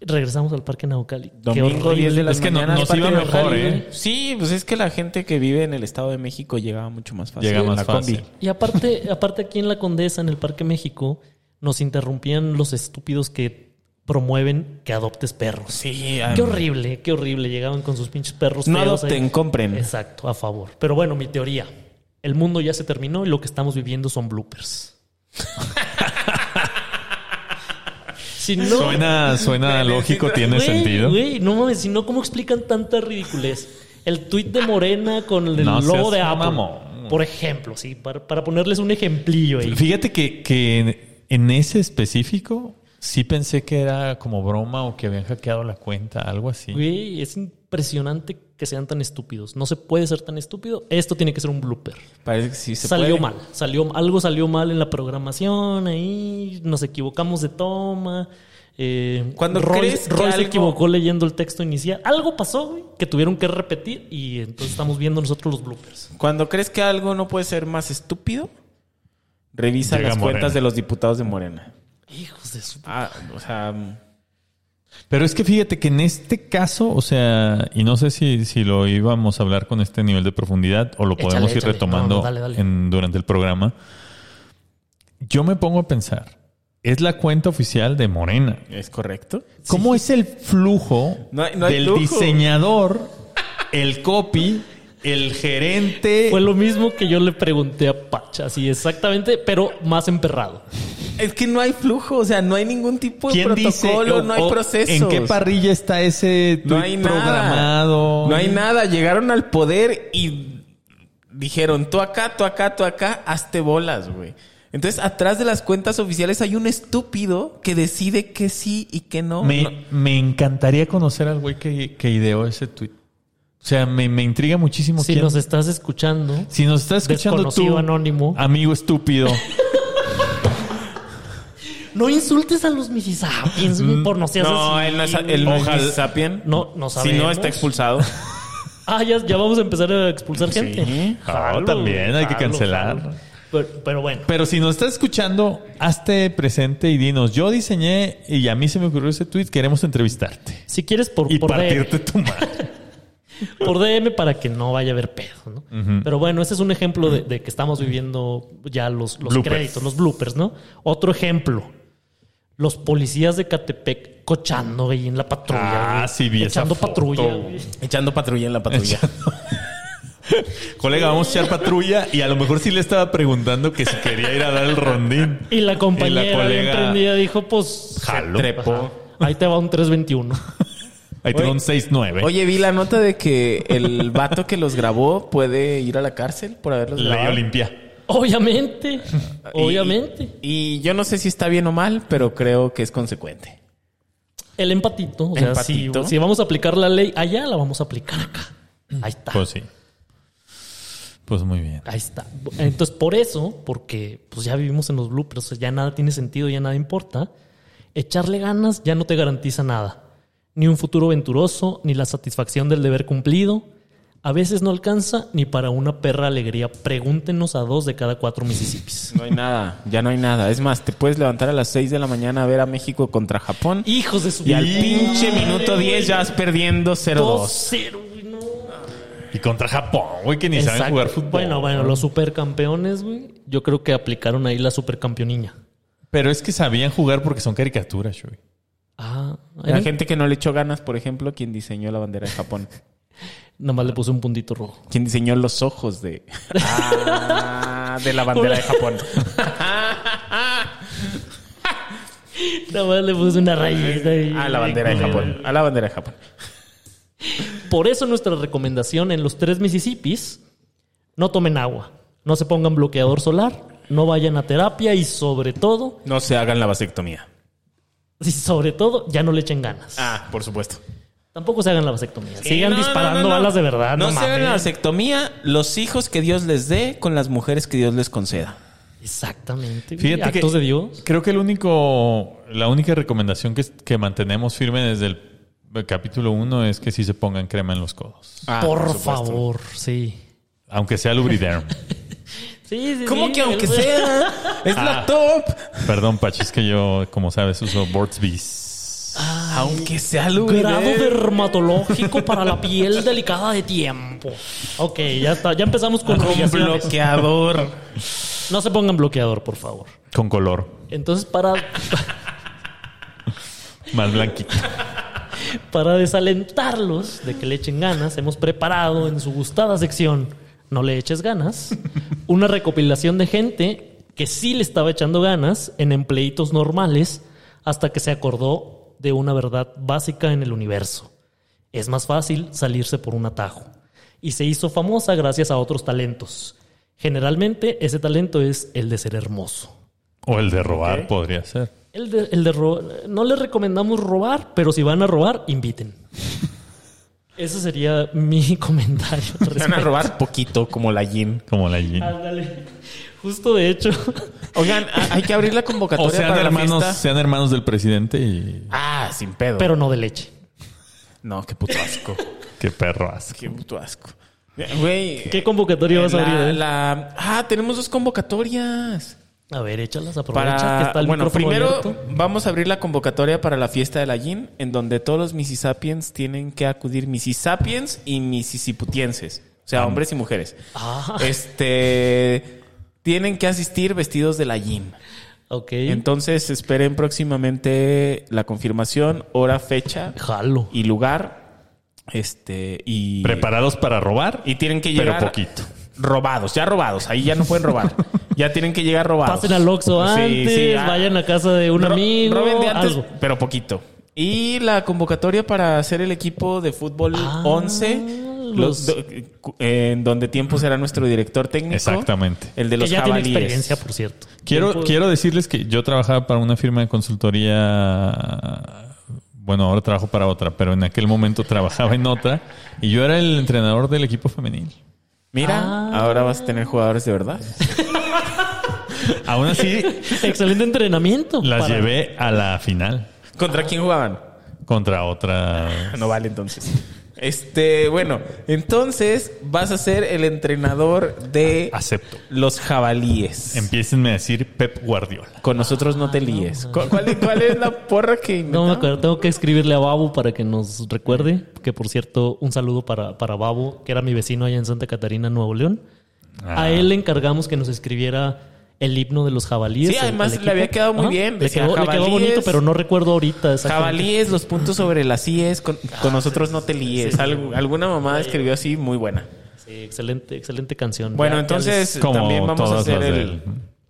Speaker 3: Regresamos al Parque Naucali. Qué
Speaker 4: Domingo
Speaker 3: horrible.
Speaker 4: 10 de la
Speaker 1: Es que no-
Speaker 4: mañana.
Speaker 1: nos
Speaker 4: Parque
Speaker 1: iba
Speaker 4: de
Speaker 1: mejor,
Speaker 4: Cali,
Speaker 1: ¿eh?
Speaker 4: güey. Sí, pues es que la gente que vive en el Estado de México llegaba mucho más fácil.
Speaker 1: Llega
Speaker 4: en
Speaker 1: más
Speaker 4: la
Speaker 1: fácil.
Speaker 4: combi.
Speaker 3: Y aparte, aparte aquí en la Condesa, en el Parque México, nos interrumpían los estúpidos que promueven que adoptes perros.
Speaker 4: Sí,
Speaker 3: Qué
Speaker 4: además.
Speaker 3: horrible, qué horrible. Llegaban con sus pinches perros.
Speaker 4: No
Speaker 3: feos ahí.
Speaker 4: adopten, compren.
Speaker 3: Exacto, a favor. Pero bueno, mi teoría. El mundo ya se terminó y lo que estamos viviendo son bloopers. si no,
Speaker 1: Suena, suena lógico, tiene
Speaker 3: Güey,
Speaker 1: sentido.
Speaker 3: güey, no mames, si no, ¿cómo explican tanta ridiculez? El tuit de Morena con el
Speaker 1: No seas
Speaker 3: logo de Apple.
Speaker 1: mamón.
Speaker 3: Por ejemplo, sí, para, para ponerles un ejemplillo ahí.
Speaker 1: Fíjate que, que en, en ese específico sí pensé que era como broma o que habían hackeado la cuenta, algo así.
Speaker 3: Güey, es impresionante que sean tan estúpidos. No se puede ser tan estúpido. Esto tiene que ser un blooper.
Speaker 4: Parece que sí se
Speaker 3: salió mal,
Speaker 4: puede.
Speaker 3: salió algo salió mal en la programación, ahí nos equivocamos de toma. eh,
Speaker 4: Cuando
Speaker 3: Roy,
Speaker 4: crees que
Speaker 3: Roy se
Speaker 4: algo-
Speaker 3: equivocó leyendo el texto inicial, algo pasó güey, que tuvieron que repetir y entonces estamos viendo nosotros los bloopers.
Speaker 4: Cuando crees que algo no puede ser más estúpido, revisa
Speaker 1: Llega
Speaker 4: las
Speaker 1: Morena.
Speaker 4: cuentas de los diputados de Morena.
Speaker 3: Hijos de su
Speaker 4: Ah, o sea,
Speaker 1: Pero es que fíjate que en este caso, o sea, y no sé si, si lo íbamos a hablar con este nivel de profundidad o lo
Speaker 3: Échale,
Speaker 1: podemos ir
Speaker 3: échale.
Speaker 1: retomando
Speaker 3: No, no, dale, dale.
Speaker 1: en- durante el programa. Yo me pongo a pensar, es la cuenta oficial de Morena.
Speaker 4: ¿es correcto?
Speaker 1: ¿Cómo es el flujo
Speaker 4: No hay- no hay
Speaker 1: del
Speaker 4: flujo.
Speaker 1: diseñador, el copy, el gerente?
Speaker 3: Fue lo mismo que yo le pregunté a Pacha, así exactamente, pero más emperrado.
Speaker 4: Es que no hay flujo, o sea, no hay ningún tipo de
Speaker 1: ¿Quién dice
Speaker 4: protocolo,
Speaker 1: o-
Speaker 4: no hay
Speaker 1: o
Speaker 4: proceso.
Speaker 1: ¿En qué parrilla está ese
Speaker 4: No
Speaker 1: tuit
Speaker 4: hay nada.
Speaker 1: programado?
Speaker 4: No hay nada. Llegaron al poder y dijeron, tú acá, tú acá, tú acá, hazte bolas, güey. Entonces, atrás de las cuentas oficiales hay un estúpido que decide que sí y que
Speaker 3: Oh,
Speaker 4: no.
Speaker 1: Me,
Speaker 4: No.
Speaker 1: me encantaría conocer al güey que, que ideó ese tweet. O sea, me, me intriga muchísimo.
Speaker 3: Si
Speaker 1: quién-
Speaker 3: nos estás escuchando,
Speaker 1: si nos estás escuchando
Speaker 3: desconocido
Speaker 1: tú,
Speaker 3: anónimo,
Speaker 1: amigo estúpido,
Speaker 3: no insultes a los Mississippians güey, por no seas
Speaker 4: No,
Speaker 3: así.
Speaker 4: él no es, él no es
Speaker 1: Ojalá.
Speaker 4: Sapien.
Speaker 3: No, no
Speaker 4: Si no,
Speaker 3: sabemos.
Speaker 4: está expulsado.
Speaker 3: Ah, ya, ya vamos a empezar a expulsar gente.
Speaker 1: Ah, también hay que cancelar.
Speaker 3: Pero, pero bueno,
Speaker 1: pero si nos estás escuchando, hazte presente y dinos, yo diseñé y a mí se me ocurrió ese tweet, queremos entrevistarte.
Speaker 3: si quieres por,
Speaker 1: Y
Speaker 3: por, DM,
Speaker 1: partirte tu madre.
Speaker 3: por DM para que no vaya a haber pedo, ¿no? Pero bueno, ese es un ejemplo de, de que estamos viviendo ya los, los
Speaker 1: Bloopers.
Speaker 3: créditos, los bloopers, ¿no? Otro ejemplo, los policías de Catepec cochando ahí en la patrulla.
Speaker 1: Ah,
Speaker 3: güey,
Speaker 1: sí vi esa
Speaker 3: Echando
Speaker 1: foto,
Speaker 3: patrulla.
Speaker 1: güey.
Speaker 3: güey.
Speaker 4: Echando patrulla en la patrulla.
Speaker 1: Colega, vamos a echar patrulla y a lo mejor sí le estaba preguntando que si quería ir a dar el rondín.
Speaker 3: Y la compañera
Speaker 1: Y
Speaker 3: bien
Speaker 1: la colega-
Speaker 3: prendida dijo, pues...
Speaker 1: Jalo.
Speaker 3: ajá, Ahí te va un 321.
Speaker 1: Ahí tengo
Speaker 4: Oye.
Speaker 1: un 6-9.
Speaker 4: Oye, vi la nota de que el vato que los grabó puede ir a la cárcel por haberlos
Speaker 1: Ley
Speaker 4: grabado.
Speaker 1: Olimpia.
Speaker 3: Obviamente.
Speaker 4: Y-
Speaker 3: Obviamente.
Speaker 4: Y, yo no sé si está bien o mal, pero creo que es consecuente.
Speaker 3: El empatito. O sea,
Speaker 4: Empatito.
Speaker 3: Si, si vamos a aplicar la ley allá, la vamos a aplicar acá. Ahí está.
Speaker 1: Pues sí. Pues muy bien.
Speaker 3: Ahí está. Entonces, por eso, porque pues ya vivimos en los bloopers, ya nada tiene sentido, ya nada importa. Echarle ganas ya no te garantiza nada. Ni un futuro venturoso, ni la satisfacción del deber cumplido. A veces no alcanza ni para una perra alegría. Pregúntenos a dos de cada cuatro Mississippis.
Speaker 4: No hay nada, ya no hay nada. Es más, te puedes levantar a las 6 de la mañana a ver a México contra Japón. Y,
Speaker 3: Hijos de su
Speaker 4: al
Speaker 3: madre,
Speaker 4: pinche
Speaker 3: güey.
Speaker 4: minuto 10 ya vas perdiendo 0-2.
Speaker 3: 2-0, güey, no.
Speaker 1: Y contra Japón, güey, que ni saben
Speaker 3: Exacto.
Speaker 1: jugar fútbol.
Speaker 3: Bueno, bueno, los supercampeones, güey. Yo creo que aplicaron ahí la supercampeoniña.
Speaker 1: Pero es que sabían jugar porque son caricaturas, güey.
Speaker 3: Ah,
Speaker 4: La
Speaker 3: ¿eh?
Speaker 4: gente que no le echó ganas, por ejemplo, quien diseñó la bandera de Japón.
Speaker 3: Nada más le puse un puntito rojo.
Speaker 4: Quien diseñó los ojos de... Ah, de la bandera de Japón.
Speaker 3: Nada más le puse una rayita ahí.
Speaker 4: A Ah, la bandera de Japón. A la bandera de Japón.
Speaker 3: Por eso nuestra recomendación en los tres Mississippis, no tomen agua, no se pongan bloqueador solar, no vayan a terapia y sobre todo,
Speaker 4: No se hagan la vasectomía.
Speaker 3: y sobre todo, ya no le echen ganas.
Speaker 4: Ah, por supuesto.
Speaker 3: Tampoco se hagan la vasectomía.
Speaker 4: Sí,
Speaker 3: Sigan
Speaker 4: no, no,
Speaker 3: disparando
Speaker 4: no, no.
Speaker 3: balas de verdad. No,
Speaker 4: No, se hagan la
Speaker 3: mames.
Speaker 4: vasectomía, los hijos que Dios les dé con las mujeres que Dios les conceda.
Speaker 3: Exactamente. güey.
Speaker 1: Fíjate que-
Speaker 3: Actos de Dios.
Speaker 1: Creo que el único, la única recomendación que, que mantenemos firme desde el capítulo 1 es que sí se pongan crema en los codos.
Speaker 4: Ah,
Speaker 3: por favor, sí.
Speaker 1: Aunque sea Lubriderm.
Speaker 3: Sí, sí,
Speaker 4: ¿Cómo
Speaker 3: sí,
Speaker 4: que aunque
Speaker 3: el-
Speaker 4: sea? Es la top.
Speaker 1: Perdón, Pachi, es que yo, como sabes, uso Burt's Bees.
Speaker 4: Aunque sea
Speaker 3: Grado
Speaker 4: lubricante.
Speaker 3: dermatológico para la piel delicada de tiempo. Ok, ya está. Ya empezamos con
Speaker 4: Con
Speaker 3: humillaciones.
Speaker 4: bloqueador.
Speaker 3: No se pongan bloqueador, por favor.
Speaker 1: Con color.
Speaker 3: Entonces, para,
Speaker 1: Más blanquito.
Speaker 3: para desalentarlos de que le echen ganas, hemos preparado en su gustada sección No le eches ganas, una recopilación de gente que sí le estaba echando ganas en empleitos normales hasta que se acordó de una verdad básica en el universo. Es más fácil salirse por un atajo. Y se hizo famosa gracias a otros talentos. Generalmente ese talento es el de ser hermoso.
Speaker 1: O el de robar podría ser.
Speaker 3: El de, el de robar. No les recomendamos robar, pero si van a robar, inviten. Ese sería mi comentario. al
Speaker 4: Van a
Speaker 3: respecto.
Speaker 4: robar poquito, como la Jim.
Speaker 1: Como la Jean.
Speaker 3: Ándale. Justo de hecho.
Speaker 4: Oigan, a- hay que abrir la
Speaker 1: O
Speaker 4: convocatoria
Speaker 1: sean
Speaker 4: para la
Speaker 1: hermanos,
Speaker 4: fiesta.
Speaker 1: sean hermanos del presidente y
Speaker 4: Ah, sin pedo.
Speaker 3: Pero no de leche.
Speaker 4: No, qué puto asco.
Speaker 1: qué perro asco.
Speaker 4: qué puto asco. Güey.
Speaker 3: ¿Qué convocatoria vas a abrir?
Speaker 4: la-
Speaker 3: eh?
Speaker 4: la- Ah, tenemos dos convocatorias.
Speaker 3: A ver, échalas, aprovecha que
Speaker 4: Para...
Speaker 3: está el
Speaker 4: Bueno,
Speaker 3: micrófono
Speaker 4: primero
Speaker 3: abierto.
Speaker 4: vamos a abrir la convocatoria para la fiesta de la Jin, en donde todos los Mississappiens tienen que acudir, Mississappiens y Mississiputienses, o sea, hombres y mujeres.
Speaker 3: Ah,
Speaker 4: Este... Tienen que asistir vestidos de la Jin.
Speaker 3: ok.
Speaker 4: Entonces esperen próximamente la confirmación, hora, fecha
Speaker 3: Jalo.
Speaker 4: y lugar. Este, y.
Speaker 1: Preparados para robar
Speaker 4: Y tienen que
Speaker 1: Pero
Speaker 4: llegar.
Speaker 1: poquito.
Speaker 4: Robados, ya robados. Ahí ya no pueden robar. ya tienen que llegar robados.
Speaker 3: Pasen al Oxxo
Speaker 4: Sí,
Speaker 3: antes,
Speaker 4: sí, ah.
Speaker 3: vayan a casa de un
Speaker 4: Ro-
Speaker 3: amigo.
Speaker 4: roben de antes,
Speaker 3: algo.
Speaker 4: pero poquito. Y la convocatoria para hacer el equipo de fútbol
Speaker 3: Ah,
Speaker 4: 11. los-
Speaker 3: los-
Speaker 4: do- eh, en donde tiempo será nuestro director técnico.
Speaker 1: Exactamente.
Speaker 4: El de
Speaker 3: Que
Speaker 4: los
Speaker 3: ya
Speaker 4: jabalíes.
Speaker 3: tiene experiencia, por cierto.
Speaker 1: Quiero,
Speaker 3: Tiempo-
Speaker 1: quiero decirles que yo trabajaba para una firma de consultoría. Bueno, ahora trabajo para otra, pero en aquel momento trabajaba en otra y yo era el entrenador del equipo femenil.
Speaker 4: Mira,
Speaker 3: Ah.
Speaker 4: ahora vas a tener jugadores de verdad.
Speaker 1: Aún así,
Speaker 3: Excelente entrenamiento.
Speaker 1: las
Speaker 3: para-
Speaker 1: llevé a la final
Speaker 4: ¿Contra quién jugaban? Ah,
Speaker 1: contra otra.
Speaker 4: No vale entonces. Este, bueno, entonces vas a ser el entrenador de
Speaker 1: Acepto.
Speaker 4: los jabalíes.
Speaker 1: Empiecenme a decir Pep Guardiola.
Speaker 4: Con nosotros no te líes. ¿Cu- ¿Cuál, es- cuál es la porra
Speaker 3: Ah, No me
Speaker 4: que inventamos?
Speaker 3: acuerdo, tengo que escribirle a Babu para que nos recuerde. Que por cierto, un saludo para, para Babu, que era mi vecino allá en Santa Catarina, Nuevo León.
Speaker 1: Ah.
Speaker 3: A él le encargamos que nos escribiera el himno de los jabalíes.
Speaker 4: Sí,
Speaker 3: el-
Speaker 4: además
Speaker 3: el
Speaker 4: le
Speaker 3: equipo.
Speaker 4: había quedado muy bien,
Speaker 3: Le
Speaker 4: decía
Speaker 3: quedó, le quedó
Speaker 4: jabalíes.
Speaker 3: bonito, pero no recuerdo ahorita exactamente.
Speaker 4: Jabalíes, los puntos sobre las IES, con,
Speaker 3: Ah,
Speaker 4: con nosotros no te líes. Algu- alguna mamá escribió así, muy buena.
Speaker 3: Sí, excelente, excelente canción. Ya-
Speaker 4: Bueno,
Speaker 3: ya
Speaker 4: entonces
Speaker 3: les-
Speaker 1: Como
Speaker 4: también vamos a
Speaker 1: todas
Speaker 4: hacer
Speaker 1: las
Speaker 4: el...
Speaker 1: del-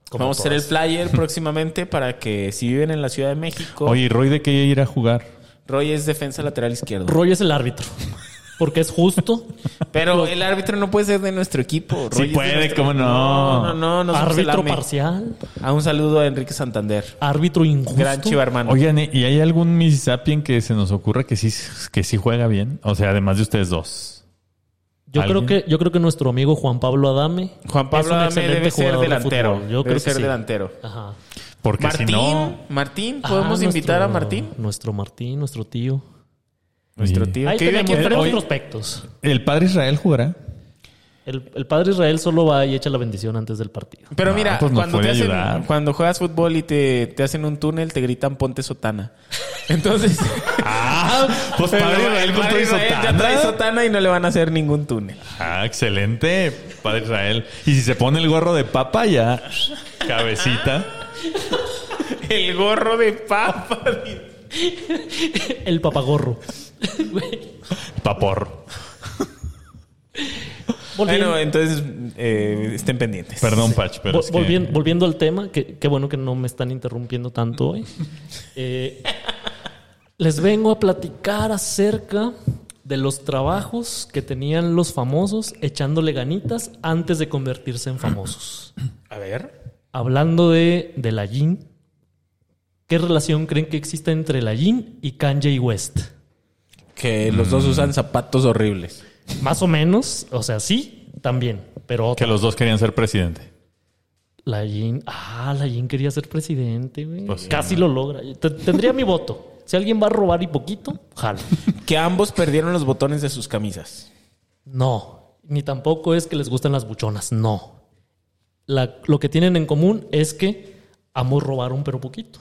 Speaker 3: como
Speaker 4: Vamos a hacer el flyer próximamente para que si viven en la Ciudad de México,
Speaker 1: Oye, ¿y Roy, ¿de qué ir a jugar?
Speaker 4: Roy es defensa lateral izquierdo.
Speaker 3: Roy es el árbitro. Porque es justo.
Speaker 4: Pero el árbitro no puede ser de nuestro equipo.
Speaker 1: Sí
Speaker 4: Roy es de
Speaker 1: puede,
Speaker 4: nuestro-
Speaker 1: ¿cómo no?
Speaker 4: No, no, no. no somos el
Speaker 3: árbitro
Speaker 4: AME.
Speaker 3: parcial.
Speaker 4: A un saludo a Enrique Santander.
Speaker 3: Árbitro injusto.
Speaker 4: Gran chiva hermano.
Speaker 1: Oigan, ¿y hay algún Mississippian que se nos ocurra que sí, que sí juega bien? O sea, además de ustedes dos.
Speaker 3: Yo creo,
Speaker 1: ¿Alguien?
Speaker 3: que, yo creo que nuestro amigo Juan Pablo Adame.
Speaker 4: Juan
Speaker 3: es un
Speaker 4: Pablo Adame
Speaker 3: excelente
Speaker 4: debe ser
Speaker 3: jugador de
Speaker 4: delantero.
Speaker 3: fútbol. Yo
Speaker 4: debe
Speaker 3: creo que
Speaker 4: ser
Speaker 3: sí.
Speaker 4: delantero.
Speaker 3: Ajá.
Speaker 1: Porque
Speaker 4: Martín,
Speaker 1: si no.
Speaker 4: Martín,
Speaker 3: Ah,
Speaker 4: ¿podemos invitar
Speaker 3: nuestro-
Speaker 4: a Martín?
Speaker 3: Nuestro Martín, nuestro tío.
Speaker 4: Nuestro
Speaker 1: Y-
Speaker 4: tío.
Speaker 3: Ahí
Speaker 4: que vive
Speaker 3: tenemos,
Speaker 4: aquí en-
Speaker 3: tenemos
Speaker 1: hoy-
Speaker 3: prospectos.
Speaker 1: ¿El padre Israel jugará?
Speaker 3: El, el padre Israel solo va y echa la bendición antes del partido.
Speaker 4: Pero
Speaker 1: Ah,
Speaker 4: mira,
Speaker 1: pues nos
Speaker 4: cuando,
Speaker 1: puede
Speaker 4: te hacen-
Speaker 1: ayudar.
Speaker 4: cuando juegas fútbol y te, te hacen un túnel, te gritan ponte sotana. Entonces.
Speaker 1: Ah, pues
Speaker 4: el
Speaker 1: padre Israel con
Speaker 4: padre
Speaker 1: todo y
Speaker 4: Israel Ya
Speaker 1: sotana.
Speaker 4: trae sotana y no le van a hacer ningún túnel.
Speaker 1: Ah, excelente, padre Israel. Y si se pone el gorro de papa, ya. Cabecita.
Speaker 4: El gorro de papa.
Speaker 3: El papagorro. Güey.
Speaker 1: Papor.
Speaker 3: Volviendo-
Speaker 4: Bueno, entonces eh, estén pendientes.
Speaker 1: Perdón, Pach, pero.
Speaker 3: Vol-
Speaker 1: es que-
Speaker 3: volvien- Volviendo al tema, que, qué bueno que no me están interrumpiendo tanto hoy. Eh, les vengo a platicar acerca de los trabajos que tenían los famosos echándole ganitas antes de convertirse en famosos.
Speaker 4: A ver.
Speaker 3: Hablando de, de la Yin, ¿qué relación creen que existe entre la Yin y Kanye West?
Speaker 4: Que los
Speaker 1: Mm.
Speaker 4: dos usan zapatos horribles.
Speaker 3: Más o menos, o sea, sí, también, pero
Speaker 1: Que
Speaker 3: otra.
Speaker 1: los dos querían ser presidente.
Speaker 3: La Yin, ah, la Yin quería ser presidente, güey.
Speaker 1: Pues sí,
Speaker 3: Casi lo logra. Te- Tendría mi voto. Si alguien va a robar y poquito, jalo.
Speaker 4: Que ambos perdieron los botones de sus camisas.
Speaker 3: No, ni tampoco es que les gusten las buchonas, no. La- lo que tienen en común es que ambos robaron pero poquito.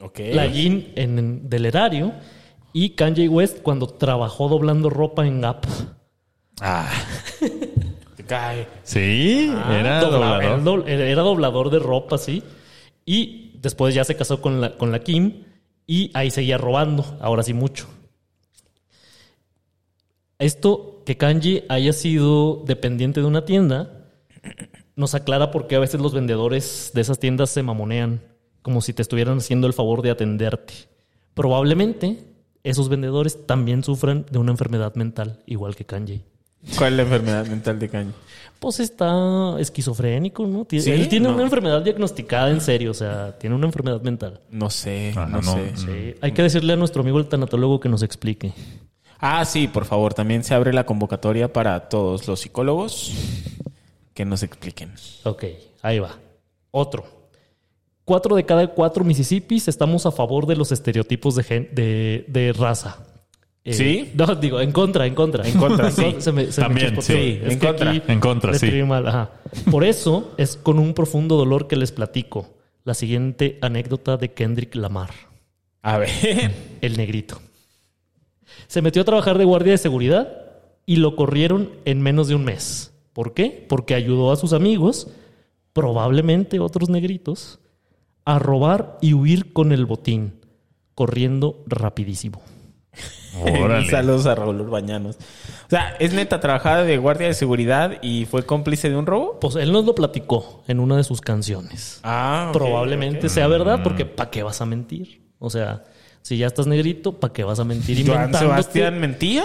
Speaker 4: Ok.
Speaker 3: La Yin en, en- del erario y Kanye West cuando trabajó doblando ropa en Gap.
Speaker 4: Ah. Ay,
Speaker 1: Sí, era
Speaker 3: Ah, Dobla-
Speaker 1: doblador.
Speaker 3: era dobl- Era, era doblador de ropa, sí. Y después ya se casó con la, con la Kim y ahí seguía robando, ahora sí mucho. Esto que Kanji haya sido dependiente de una tienda nos aclara por qué a veces los vendedores de esas tiendas se mamonean, como si te estuvieran haciendo el favor de atenderte. Probablemente esos vendedores también sufran de una enfermedad mental, igual que Kanji.
Speaker 4: ¿Cuál es la enfermedad mental de Caño?
Speaker 3: Pues está esquizofrénico, ¿no? Tiene-
Speaker 4: ¿Sí?
Speaker 3: Él tiene
Speaker 4: No.
Speaker 3: una enfermedad diagnosticada en serio, o sea, tiene una enfermedad mental.
Speaker 4: No sé,
Speaker 1: Ajá,
Speaker 4: Ah, no,
Speaker 1: no.
Speaker 4: sé.
Speaker 3: Sí. Hay que decirle a nuestro amigo el tanatólogo que nos explique.
Speaker 4: Ah, sí, por favor, también se abre la convocatoria para todos los psicólogos que nos expliquen.
Speaker 3: Ok, ahí va. Otro. Cuatro de cada cuatro Mississippis estamos a favor de los estereotipos de, gen- de, de raza. Eh,
Speaker 4: ¿Sí?
Speaker 3: No, digo, en contra, en contra. En
Speaker 4: contra, sí.
Speaker 3: se me- se me
Speaker 1: También,
Speaker 3: chispoteó.
Speaker 1: sí,
Speaker 3: Es
Speaker 4: en
Speaker 3: que
Speaker 4: contra.
Speaker 3: aquí
Speaker 1: En contra,
Speaker 3: le
Speaker 1: sí.
Speaker 3: escribí mal, ajá. Por eso es con un profundo dolor que les platico la siguiente anécdota de Kendrick Lamar.
Speaker 4: A ver.
Speaker 3: El negrito. Se metió a trabajar de guardia de seguridad y lo corrieron en menos de un mes. ¿Por qué? Porque ayudó a sus amigos, probablemente otros negritos, a robar y huir con el botín, corriendo rapidísimo.
Speaker 1: Órale.
Speaker 4: Saludos a Raúl Urbañanos. O sea, es neta, trabajada de guardia de seguridad y fue cómplice de un robo.
Speaker 3: Pues él nos lo platicó en una de sus canciones.
Speaker 4: Ah, ok,
Speaker 3: probablemente sea verdad, porque ¿para qué vas a mentir? O sea, si ya estás negrito, ¿para qué vas a mentir?
Speaker 4: ok. Joan
Speaker 3: inventándote?
Speaker 4: Sebastián mentía.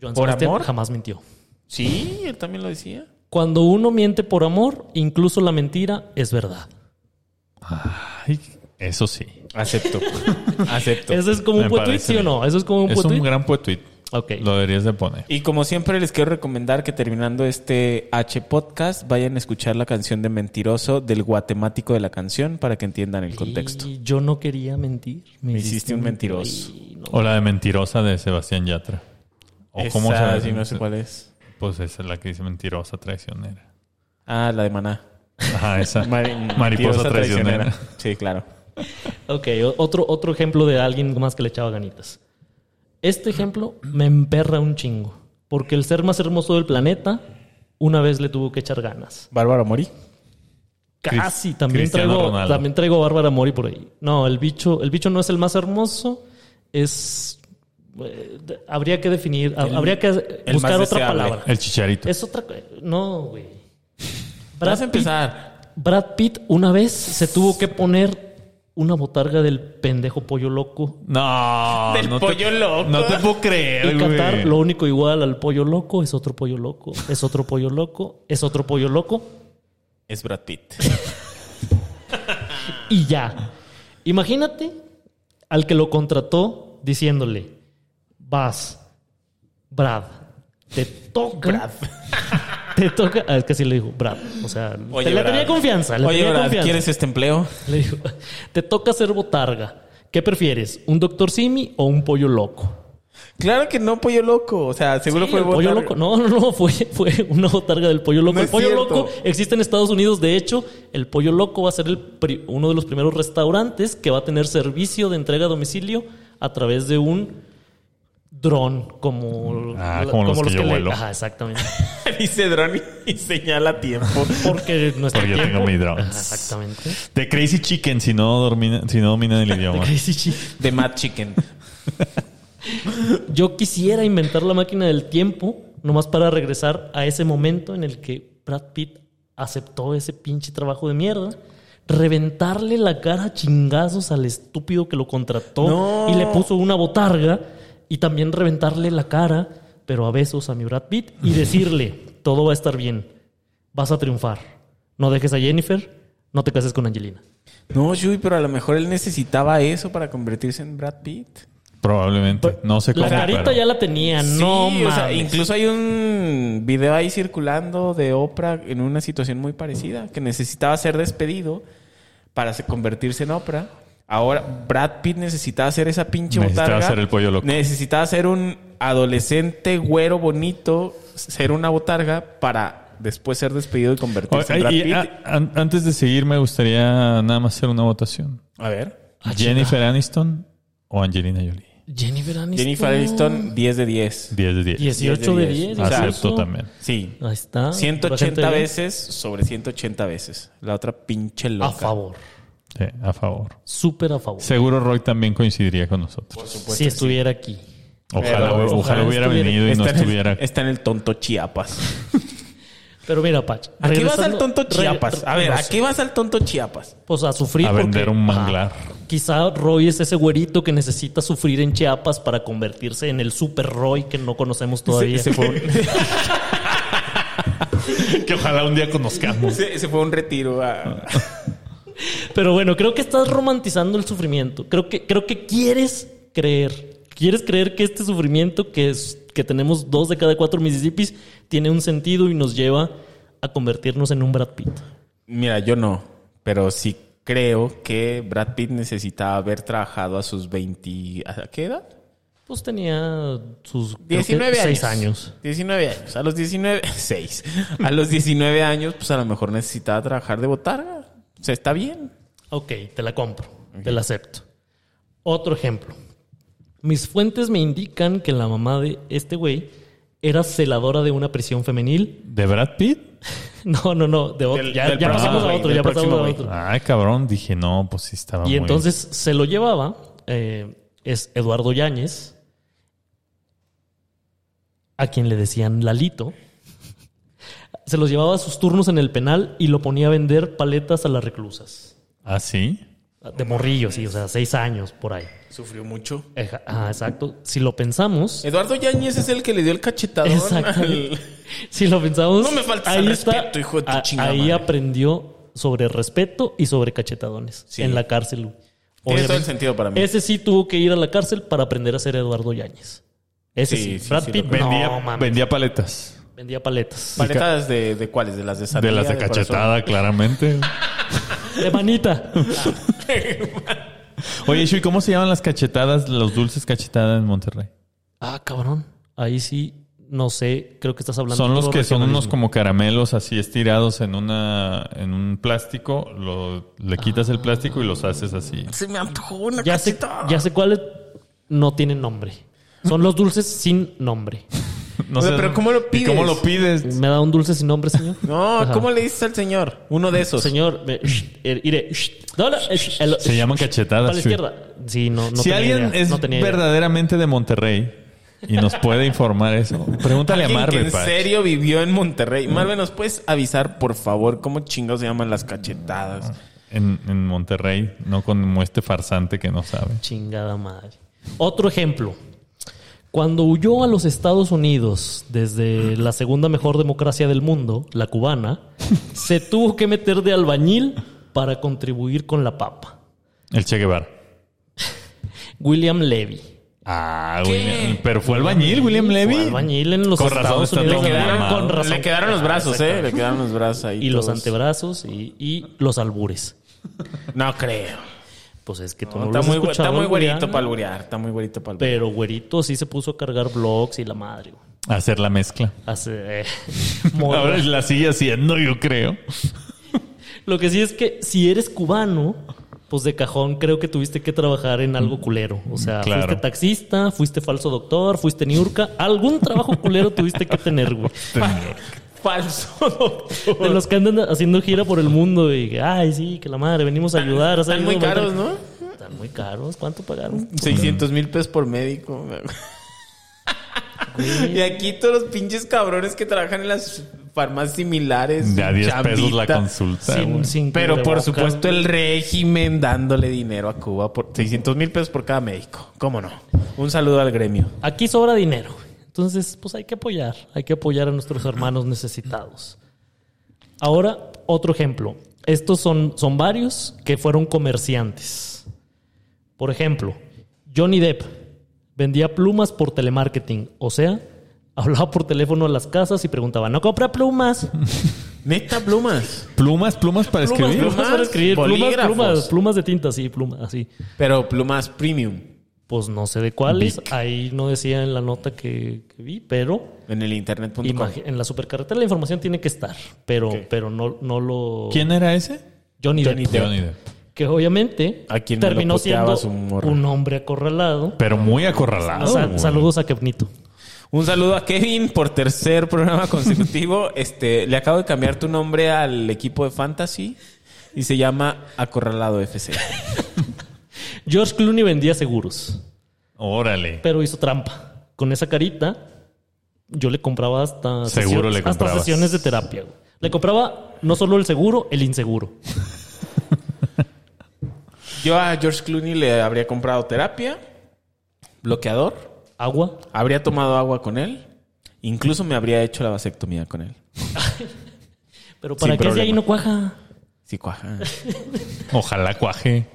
Speaker 3: Joan
Speaker 4: por
Speaker 3: Sebastián
Speaker 4: amor.
Speaker 3: jamás mintió.
Speaker 4: Sí, él también lo decía.
Speaker 3: Cuando uno miente por amor, incluso la mentira es verdad.
Speaker 1: Ay, eso sí.
Speaker 4: Acepto. Acepto.
Speaker 3: Eso es como
Speaker 1: Me
Speaker 3: un puetuit,
Speaker 1: parece
Speaker 3: ¿sí o
Speaker 1: bien.
Speaker 3: no? Eso es como un
Speaker 1: Es un
Speaker 3: puetuit.
Speaker 1: gran puetuit.
Speaker 3: Ok.
Speaker 1: Lo deberías de poner.
Speaker 4: Y como siempre les quiero recomendar que terminando este H podcast vayan a escuchar la canción de Mentiroso del guatemático de la canción para que entiendan el contexto.
Speaker 3: Y yo no quería mentir.
Speaker 4: Me hiciste un mentiroso.
Speaker 3: Ay, no.
Speaker 1: O la de mentirosa de Sebastián Yatra. O cómo se
Speaker 4: Esa,
Speaker 1: llama?
Speaker 4: sí, no sé cuál es.
Speaker 1: Pues esa es la que dice mentirosa traicionera.
Speaker 4: Ah, la de Maná.
Speaker 1: Ajá, esa.
Speaker 4: Mari-
Speaker 1: Mariposa
Speaker 4: Mentirosa
Speaker 1: traicionera.
Speaker 4: Sí, claro.
Speaker 3: Ok, o- otro, otro ejemplo de alguien más que le echaba ganitas. Este ejemplo me emperra un chingo. Porque el ser más hermoso del planeta una vez le tuvo que echar ganas.
Speaker 4: Bárbara Mori.
Speaker 3: Casi.
Speaker 1: Cris-
Speaker 3: También
Speaker 1: Cristiano
Speaker 3: traigo,
Speaker 1: Ronaldo.
Speaker 3: también traigo a Bárbara Mori por ahí. No, el bicho, el bicho no es el más hermoso. Es... eh, de- habría que definir... ha- habría que
Speaker 4: el
Speaker 3: buscar
Speaker 4: más
Speaker 3: otra
Speaker 4: deseable.
Speaker 3: palabra.
Speaker 1: El chicharito.
Speaker 3: Es otra cosa. No, güey. Brad
Speaker 4: Vas a
Speaker 3: Pitt-
Speaker 4: empezar.
Speaker 3: Brad Pitt una vez se tuvo que poner una botarga del pendejo pollo loco
Speaker 1: No.
Speaker 4: Del
Speaker 1: no
Speaker 4: pollo
Speaker 1: te,
Speaker 4: loco.
Speaker 1: No te puedo creer,
Speaker 3: y cantar
Speaker 1: güey.
Speaker 3: lo único igual al pollo loco es otro pollo loco, es otro pollo loco, es otro pollo loco
Speaker 4: Es Brad Pitt.
Speaker 3: y ya. Imagínate al que lo contrató diciéndole, vas, Brad, te toca. Te toca. ah, es que sí le dijo, Brad. O sea,
Speaker 4: Oye,
Speaker 3: le
Speaker 4: Brad.
Speaker 3: tenía confianza. Le
Speaker 4: Oye,
Speaker 3: tenía
Speaker 4: Brad,
Speaker 3: confianza.
Speaker 4: ¿quieres este empleo?
Speaker 3: Le dijo, te toca ser botarga. ¿Qué prefieres? ¿Un doctor Simi o un pollo loco?
Speaker 4: Claro que no, pollo loco. O sea, seguro
Speaker 3: Sí,
Speaker 4: fue
Speaker 3: el pollo
Speaker 4: botarga.
Speaker 3: loco. No, no, no, fue, fue una botarga del pollo loco.
Speaker 4: No
Speaker 3: el
Speaker 4: es
Speaker 3: pollo
Speaker 4: cierto.
Speaker 3: loco existe en Estados Unidos. De hecho, el pollo loco va a ser el pri- uno de los primeros restaurantes que va a tener servicio de entrega a domicilio a través de un dron, como,
Speaker 1: Ah, como los que yo
Speaker 3: le-
Speaker 1: vuelo.
Speaker 3: Ajá, exactamente.
Speaker 4: Dice Droni y señala a tiempo.
Speaker 3: Porque no está
Speaker 1: Porque yo
Speaker 3: tiempo.
Speaker 1: tengo mi dron.
Speaker 3: Ajá, Exactamente.
Speaker 1: De Crazy Chicken, si no, dormina- si no dominan el idioma.
Speaker 3: Crazy Chicken.
Speaker 4: De Mad Chicken.
Speaker 3: Yo quisiera inventar la máquina del tiempo, nomás para regresar a ese momento en el que Brad Pitt aceptó ese pinche trabajo de mierda. Reventarle la cara a chingazos al estúpido que lo contrató
Speaker 4: No.
Speaker 3: y le puso una botarga. Y también reventarle la cara, pero a besos a mi Brad Pitt y decirle: todo va a estar bien, vas a triunfar. No dejes a Jennifer, no te cases con Angelina.
Speaker 4: No, Shui, pero a lo mejor él necesitaba eso para convertirse en Brad Pitt.
Speaker 1: Probablemente. No sé cómo.
Speaker 3: La carita
Speaker 1: pero-
Speaker 3: ya la tenía, Ah, no
Speaker 4: Sí, o sea,
Speaker 3: mames.
Speaker 4: incluso hay un video ahí circulando de Oprah en una situación muy parecida, que necesitaba ser despedido para se- convertirse en Oprah. Ahora Brad Pitt necesitaba hacer esa pinche
Speaker 1: Necesitaba
Speaker 4: botarga.
Speaker 1: ser el pollo loco.
Speaker 4: Necesitaba ser un adolescente güero bonito, ser una botarga para después ser despedido y convertirse
Speaker 1: Oye,
Speaker 4: en Brad
Speaker 1: y, ah,
Speaker 4: Pitt.
Speaker 1: a- an- antes de seguir, me gustaría nada más hacer una votación.
Speaker 4: A ver.
Speaker 3: Ah, chinga.
Speaker 1: ¿Jennifer Aniston o Angelina Jolie?
Speaker 3: Jennifer Aniston.
Speaker 4: Jennifer Aniston, 10 de 10.
Speaker 1: 10 de 10.
Speaker 3: 18 de 10.
Speaker 4: O sea,
Speaker 1: Acepto
Speaker 3: incluso.
Speaker 1: también.
Speaker 4: Sí.
Speaker 3: Ahí está.
Speaker 4: 180
Speaker 3: Ah, Bastante bien.
Speaker 4: veces sobre 180 veces. La otra pinche loca.
Speaker 3: A favor.
Speaker 1: Sí, eh, a favor.
Speaker 3: Súper a favor.
Speaker 1: Seguro Roy también coincidiría con nosotros.
Speaker 3: si estuviera aquí.
Speaker 1: Ojalá,
Speaker 4: Pero- Este
Speaker 1: ojalá
Speaker 3: ojalá
Speaker 1: hubiera
Speaker 3: estuviera-
Speaker 1: venido y no
Speaker 4: en el-
Speaker 1: estuviera.
Speaker 4: está en el tonto Chiapas.
Speaker 3: Pero mira, Pach.
Speaker 4: Aquí vas al
Speaker 3: regresando-
Speaker 4: tonto
Speaker 3: re-
Speaker 4: Chiapas. A ver,
Speaker 3: no
Speaker 4: ¿a
Speaker 3: sé.
Speaker 4: qué vas al tonto Chiapas?
Speaker 3: Pues a sufrir.
Speaker 1: A vender un manglar.
Speaker 3: Ah, quizá Roy es ese güerito que necesita sufrir en Chiapas para convertirse en el super Roy que no conocemos todavía.
Speaker 4: Se, se fue, un,
Speaker 1: Que ojalá un día conozcamos.
Speaker 4: se- se fue a un retiro. a-
Speaker 3: Pero bueno, creo que estás romantizando el sufrimiento. Creo que, creo que quieres creer. Quieres creer que este sufrimiento que, es, que tenemos dos de cada cuatro Mississippis tiene un sentido y nos lleva a convertirnos en un Brad Pitt.
Speaker 4: Mira, yo no, pero sí creo que Brad Pitt necesitaba haber trabajado a sus 20... ¿A qué edad?
Speaker 3: Pues tenía sus creo que
Speaker 4: 19 años.
Speaker 3: seis años.
Speaker 4: 19 años. A los 19... 6. A los 19 años, pues a lo mejor necesitaba trabajar de botarga. O sea, está bien.
Speaker 3: Ok, te la compro, te la acepto. Otro ejemplo. Mis fuentes me indican que la mamá de este güey era celadora de una prisión femenil.
Speaker 1: ¿De Brad Pitt?
Speaker 3: No, no, no, de otro.
Speaker 4: Del-
Speaker 3: ya
Speaker 4: del
Speaker 3: ya
Speaker 4: próximo
Speaker 3: pasamos a
Speaker 4: güey,
Speaker 3: otro,
Speaker 4: del
Speaker 3: ya pasamos
Speaker 4: próximo
Speaker 3: a
Speaker 4: güey. Ah,
Speaker 3: otro.
Speaker 1: Ay, cabrón. Dije, no, pues sí estaba
Speaker 3: Y
Speaker 1: muy-
Speaker 3: entonces se lo llevaba, eh, es Eduardo Yáñez, a quien le decían Lalito. Se los llevaba a sus turnos en el penal y lo ponía a vender paletas a las reclusas.
Speaker 1: ¿Ah, sí?
Speaker 3: De morrillo, sí, o sea, seis años por ahí.
Speaker 4: Sufrió mucho.
Speaker 3: Eja- Ah, exacto. Si lo pensamos.
Speaker 4: Eduardo Yáñez es el que le dio el cachetadón
Speaker 3: Exactamente.
Speaker 4: al...
Speaker 3: Si lo pensamos.
Speaker 4: No me faltes al respeto, hijo de tu
Speaker 3: a-
Speaker 4: chingada
Speaker 3: Ahí
Speaker 4: madre.
Speaker 3: aprendió sobre respeto y sobre cachetadones
Speaker 4: Sí.
Speaker 3: en la cárcel. güey.
Speaker 4: Tiene todo el
Speaker 3: Obviamente,
Speaker 4: sentido para mí.
Speaker 3: Ese sí tuvo que ir a la cárcel para aprender a ser Eduardo Yáñez. Ese
Speaker 4: Sí,
Speaker 3: sí.
Speaker 4: sí,
Speaker 3: Brad
Speaker 4: sí,
Speaker 3: Pitt
Speaker 4: lo-
Speaker 1: Vendía,
Speaker 3: no, mames.
Speaker 1: vendía paletas.
Speaker 3: Vendía paletas.
Speaker 4: ¿Paletas de, de cuáles? ¿De las de
Speaker 1: De
Speaker 4: sandía,
Speaker 1: las de
Speaker 4: corazón?
Speaker 1: cachetada, claramente.
Speaker 3: De manita.
Speaker 1: Oye, Shui, ¿cómo se llaman las cachetadas, los dulces cachetadas en Monterrey?
Speaker 3: ah, cabrón. Ahí sí, no sé. Creo que estás hablando
Speaker 1: Son
Speaker 3: de
Speaker 1: los
Speaker 3: puro
Speaker 1: que son unos
Speaker 3: regionalismo.
Speaker 1: como caramelos así estirados en una en un plástico, lo, le quitas el plástico y los haces así.
Speaker 4: Se me antojó una
Speaker 3: Ya sé,
Speaker 4: cachetada.
Speaker 3: ya sé cuáles no tienen nombre. Son los dulces sin nombre.
Speaker 1: No
Speaker 4: O sea, pero ¿cómo lo
Speaker 1: ¿y
Speaker 4: pides?
Speaker 1: ¿Cómo lo pides?
Speaker 3: ¿Me da un dulce sin nombre, señor?
Speaker 4: No,
Speaker 3: Ajá.
Speaker 4: ¿cómo le dices al señor? Uno de esos.
Speaker 3: Señor, me- eh, iré. No, no, eh, el-
Speaker 1: Se llaman cachetadas,
Speaker 3: Para la
Speaker 1: sí.
Speaker 3: izquierda. Sí, no, no
Speaker 1: si
Speaker 3: tenía
Speaker 1: alguien
Speaker 3: idea,
Speaker 1: es
Speaker 3: no tenía idea.
Speaker 1: verdaderamente de Monterrey y nos puede informar eso, pregúntale a
Speaker 4: Alguien que
Speaker 1: Marvel.
Speaker 4: en
Speaker 1: Patch.
Speaker 4: serio vivió en Monterrey. Marvel, ¿nos puedes avisar, por favor, cómo chingados se llaman las cachetadas?
Speaker 1: En, en Monterrey, no como este farsante que no sabe.
Speaker 3: Chingada madre. Otro ejemplo. Cuando huyó a los Estados Unidos desde la segunda mejor democracia del mundo, la cubana, se tuvo que meter de albañil para contribuir con la papa.
Speaker 1: El Che Guevara.
Speaker 3: William Levy.
Speaker 1: Ah, William. Pero fue albañil, William Levy.
Speaker 3: Fue albañil en los
Speaker 1: Con razón
Speaker 3: Estados
Speaker 1: está todo
Speaker 3: Unidos.
Speaker 1: mamado.
Speaker 3: con razón.
Speaker 4: Le quedaron los brazos,
Speaker 3: Exacto.
Speaker 4: ¿eh? Le quedaron los brazos ahí.
Speaker 3: Y los
Speaker 4: todos.
Speaker 3: antebrazos y, y los albures.
Speaker 4: No creo.
Speaker 3: Pues es que tú
Speaker 4: No,
Speaker 3: no, lo
Speaker 4: está,
Speaker 3: has
Speaker 4: muy, gu-
Speaker 3: escuchado
Speaker 4: está muy güerito
Speaker 3: alburear,
Speaker 4: para alburear. Está muy güerito para alburear.
Speaker 3: Pero güerito sí se puso a cargar blogs y la madre, güey.
Speaker 1: Hacer la mezcla.
Speaker 3: Hace, eh, modo.
Speaker 1: Ahora la sigue haciendo, yo creo.
Speaker 3: Lo que sí es que si eres cubano, pues de cajón creo que tuviste que trabajar en algo culero. O sea,
Speaker 4: Mm,
Speaker 1: Claro.
Speaker 3: fuiste taxista, fuiste falso doctor, fuiste niurca. Algún trabajo culero tuviste que tener, güey.
Speaker 4: Falso.
Speaker 3: De los que andan haciendo gira por el mundo y que, ay, sí, que la madre, venimos a ayudar. a hacer
Speaker 4: Están muy
Speaker 3: algo".
Speaker 4: caros, ¿no?
Speaker 3: Están muy caros. ¿Cuánto pagaron?
Speaker 4: 600 mil pesos por médico. y aquí todos los pinches cabrones que trabajan en las farmacias similares.
Speaker 1: Ya 10 pesos la
Speaker 4: chambita.
Speaker 1: consulta.
Speaker 3: Sin-
Speaker 1: güey.
Speaker 3: sin
Speaker 4: Pero por
Speaker 3: cubrebocas,
Speaker 4: supuesto
Speaker 3: güey.
Speaker 4: el régimen dándole dinero a Cuba por 600 mil pesos por cada médico. ¿Cómo no? Un saludo al gremio.
Speaker 3: Aquí sobra dinero. Entonces, pues hay que apoyar. Hay que apoyar a nuestros hermanos necesitados. Ahora, otro ejemplo. Estos son, son varios que fueron comerciantes. Por ejemplo, Johnny Depp vendía plumas por telemarketing. O sea, hablaba por teléfono a las casas y preguntaba, ¿no compra plumas?
Speaker 4: Neta plumas.
Speaker 1: Plumas, plumas para
Speaker 3: Plumas,
Speaker 1: escribir.
Speaker 3: plumas pues, para escribir. Plumas,
Speaker 4: Bolígrafos.
Speaker 3: plumas, plumas de tinta, sí, plumas, así.
Speaker 4: Pero plumas premium
Speaker 3: Pues no sé de cuáles.
Speaker 1: Bic.
Speaker 3: Ahí no decía en la nota que, que vi, pero
Speaker 4: en el internet.com.
Speaker 3: imagi- en la supercarretera la información tiene que estar, pero, pero no, no lo.
Speaker 1: ¿Quién era ese?
Speaker 3: Johnny,
Speaker 4: Johnny
Speaker 3: Depp.
Speaker 4: Depp.
Speaker 1: Johnny Depp.
Speaker 3: Que obviamente
Speaker 4: A quien me lo
Speaker 3: terminó siendo
Speaker 4: puteaba su morra.
Speaker 3: un hombre acorralado.
Speaker 1: Pero Ah, muy
Speaker 3: O
Speaker 1: acorralado.
Speaker 3: sea,
Speaker 1: güey.
Speaker 3: saludos a Kepnito.
Speaker 4: Un saludo a Kevin por tercer programa consecutivo. Este, le acabo de cambiar tu nombre al equipo de fantasy y se llama Acorralado FC.
Speaker 3: George Clooney vendía seguros,
Speaker 1: Órale.
Speaker 3: pero hizo trampa. Con esa carita, yo le compraba hasta,
Speaker 1: Seguro le
Speaker 3: hasta
Speaker 1: comprabas.
Speaker 3: sesiones de terapia. güey. Le compraba no solo el seguro, el inseguro.
Speaker 4: Yo a George Clooney le habría comprado terapia, bloqueador,
Speaker 3: Agua,
Speaker 4: habría tomado agua con él, incluso me habría hecho la vasectomía con él.
Speaker 3: pero ¿para
Speaker 4: Sin
Speaker 3: qué si
Speaker 4: problema.
Speaker 3: ahí no cuaja?
Speaker 4: Sí, cuaja.
Speaker 1: Ojalá cuaje.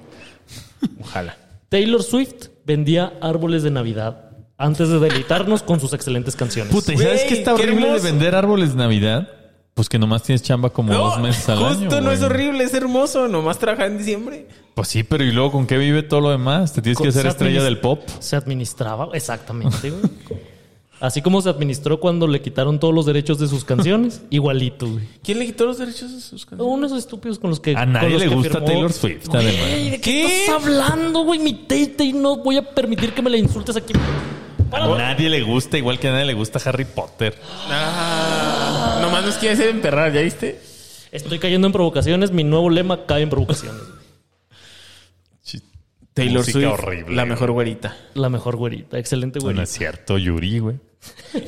Speaker 4: Ojalá.
Speaker 3: Taylor Swift vendía árboles de Navidad antes de deleitarnos con sus excelentes canciones.
Speaker 1: Puta, ¿y
Speaker 4: Güey,
Speaker 1: sabes qué está
Speaker 4: qué
Speaker 1: horrible de
Speaker 4: hermoso.
Speaker 1: vender árboles de Navidad? Pues que nomás tienes chamba como dos meses al año.
Speaker 4: justo no es
Speaker 1: güey.
Speaker 4: horrible, es hermoso. Nomás trabajar en diciembre.
Speaker 1: Pues sí, pero ¿y luego con qué vive todo lo demás? Te tienes que
Speaker 3: Co-
Speaker 1: hacer
Speaker 3: se
Speaker 1: estrella
Speaker 3: administ-
Speaker 1: del pop.
Speaker 3: Se administraba, exactamente. güey. Así como se administró cuando le quitaron todos los derechos de sus canciones, igualito. güey.
Speaker 4: ¿Quién le quitó los derechos de sus canciones?
Speaker 3: Uno de esos estúpidos con los
Speaker 4: Eh,
Speaker 3: que.
Speaker 1: A nadie
Speaker 3: con los
Speaker 1: le
Speaker 3: que
Speaker 1: gusta
Speaker 3: firmó-
Speaker 1: Taylor Swift,
Speaker 3: Güey,
Speaker 1: además.
Speaker 3: ¿De qué, estás hablando, güey? Mi Tate y no voy a permitir que me la insultes aquí.
Speaker 1: A nadie le gusta, igual que a nadie le gusta Harry Potter.
Speaker 4: Ah, nomás nos quiere hacer emperrar, ¿ya viste?
Speaker 3: Estoy cayendo en provocaciones. Mi nuevo lema cae en provocaciones. güey.
Speaker 1: Ch-
Speaker 4: Taylor
Speaker 1: Música
Speaker 4: Swift,
Speaker 1: horrible,
Speaker 4: la
Speaker 1: güey.
Speaker 4: mejor güerita.
Speaker 3: La mejor güerita. Excelente
Speaker 1: No
Speaker 3: güerita.
Speaker 1: es cierto, Yuri, güey.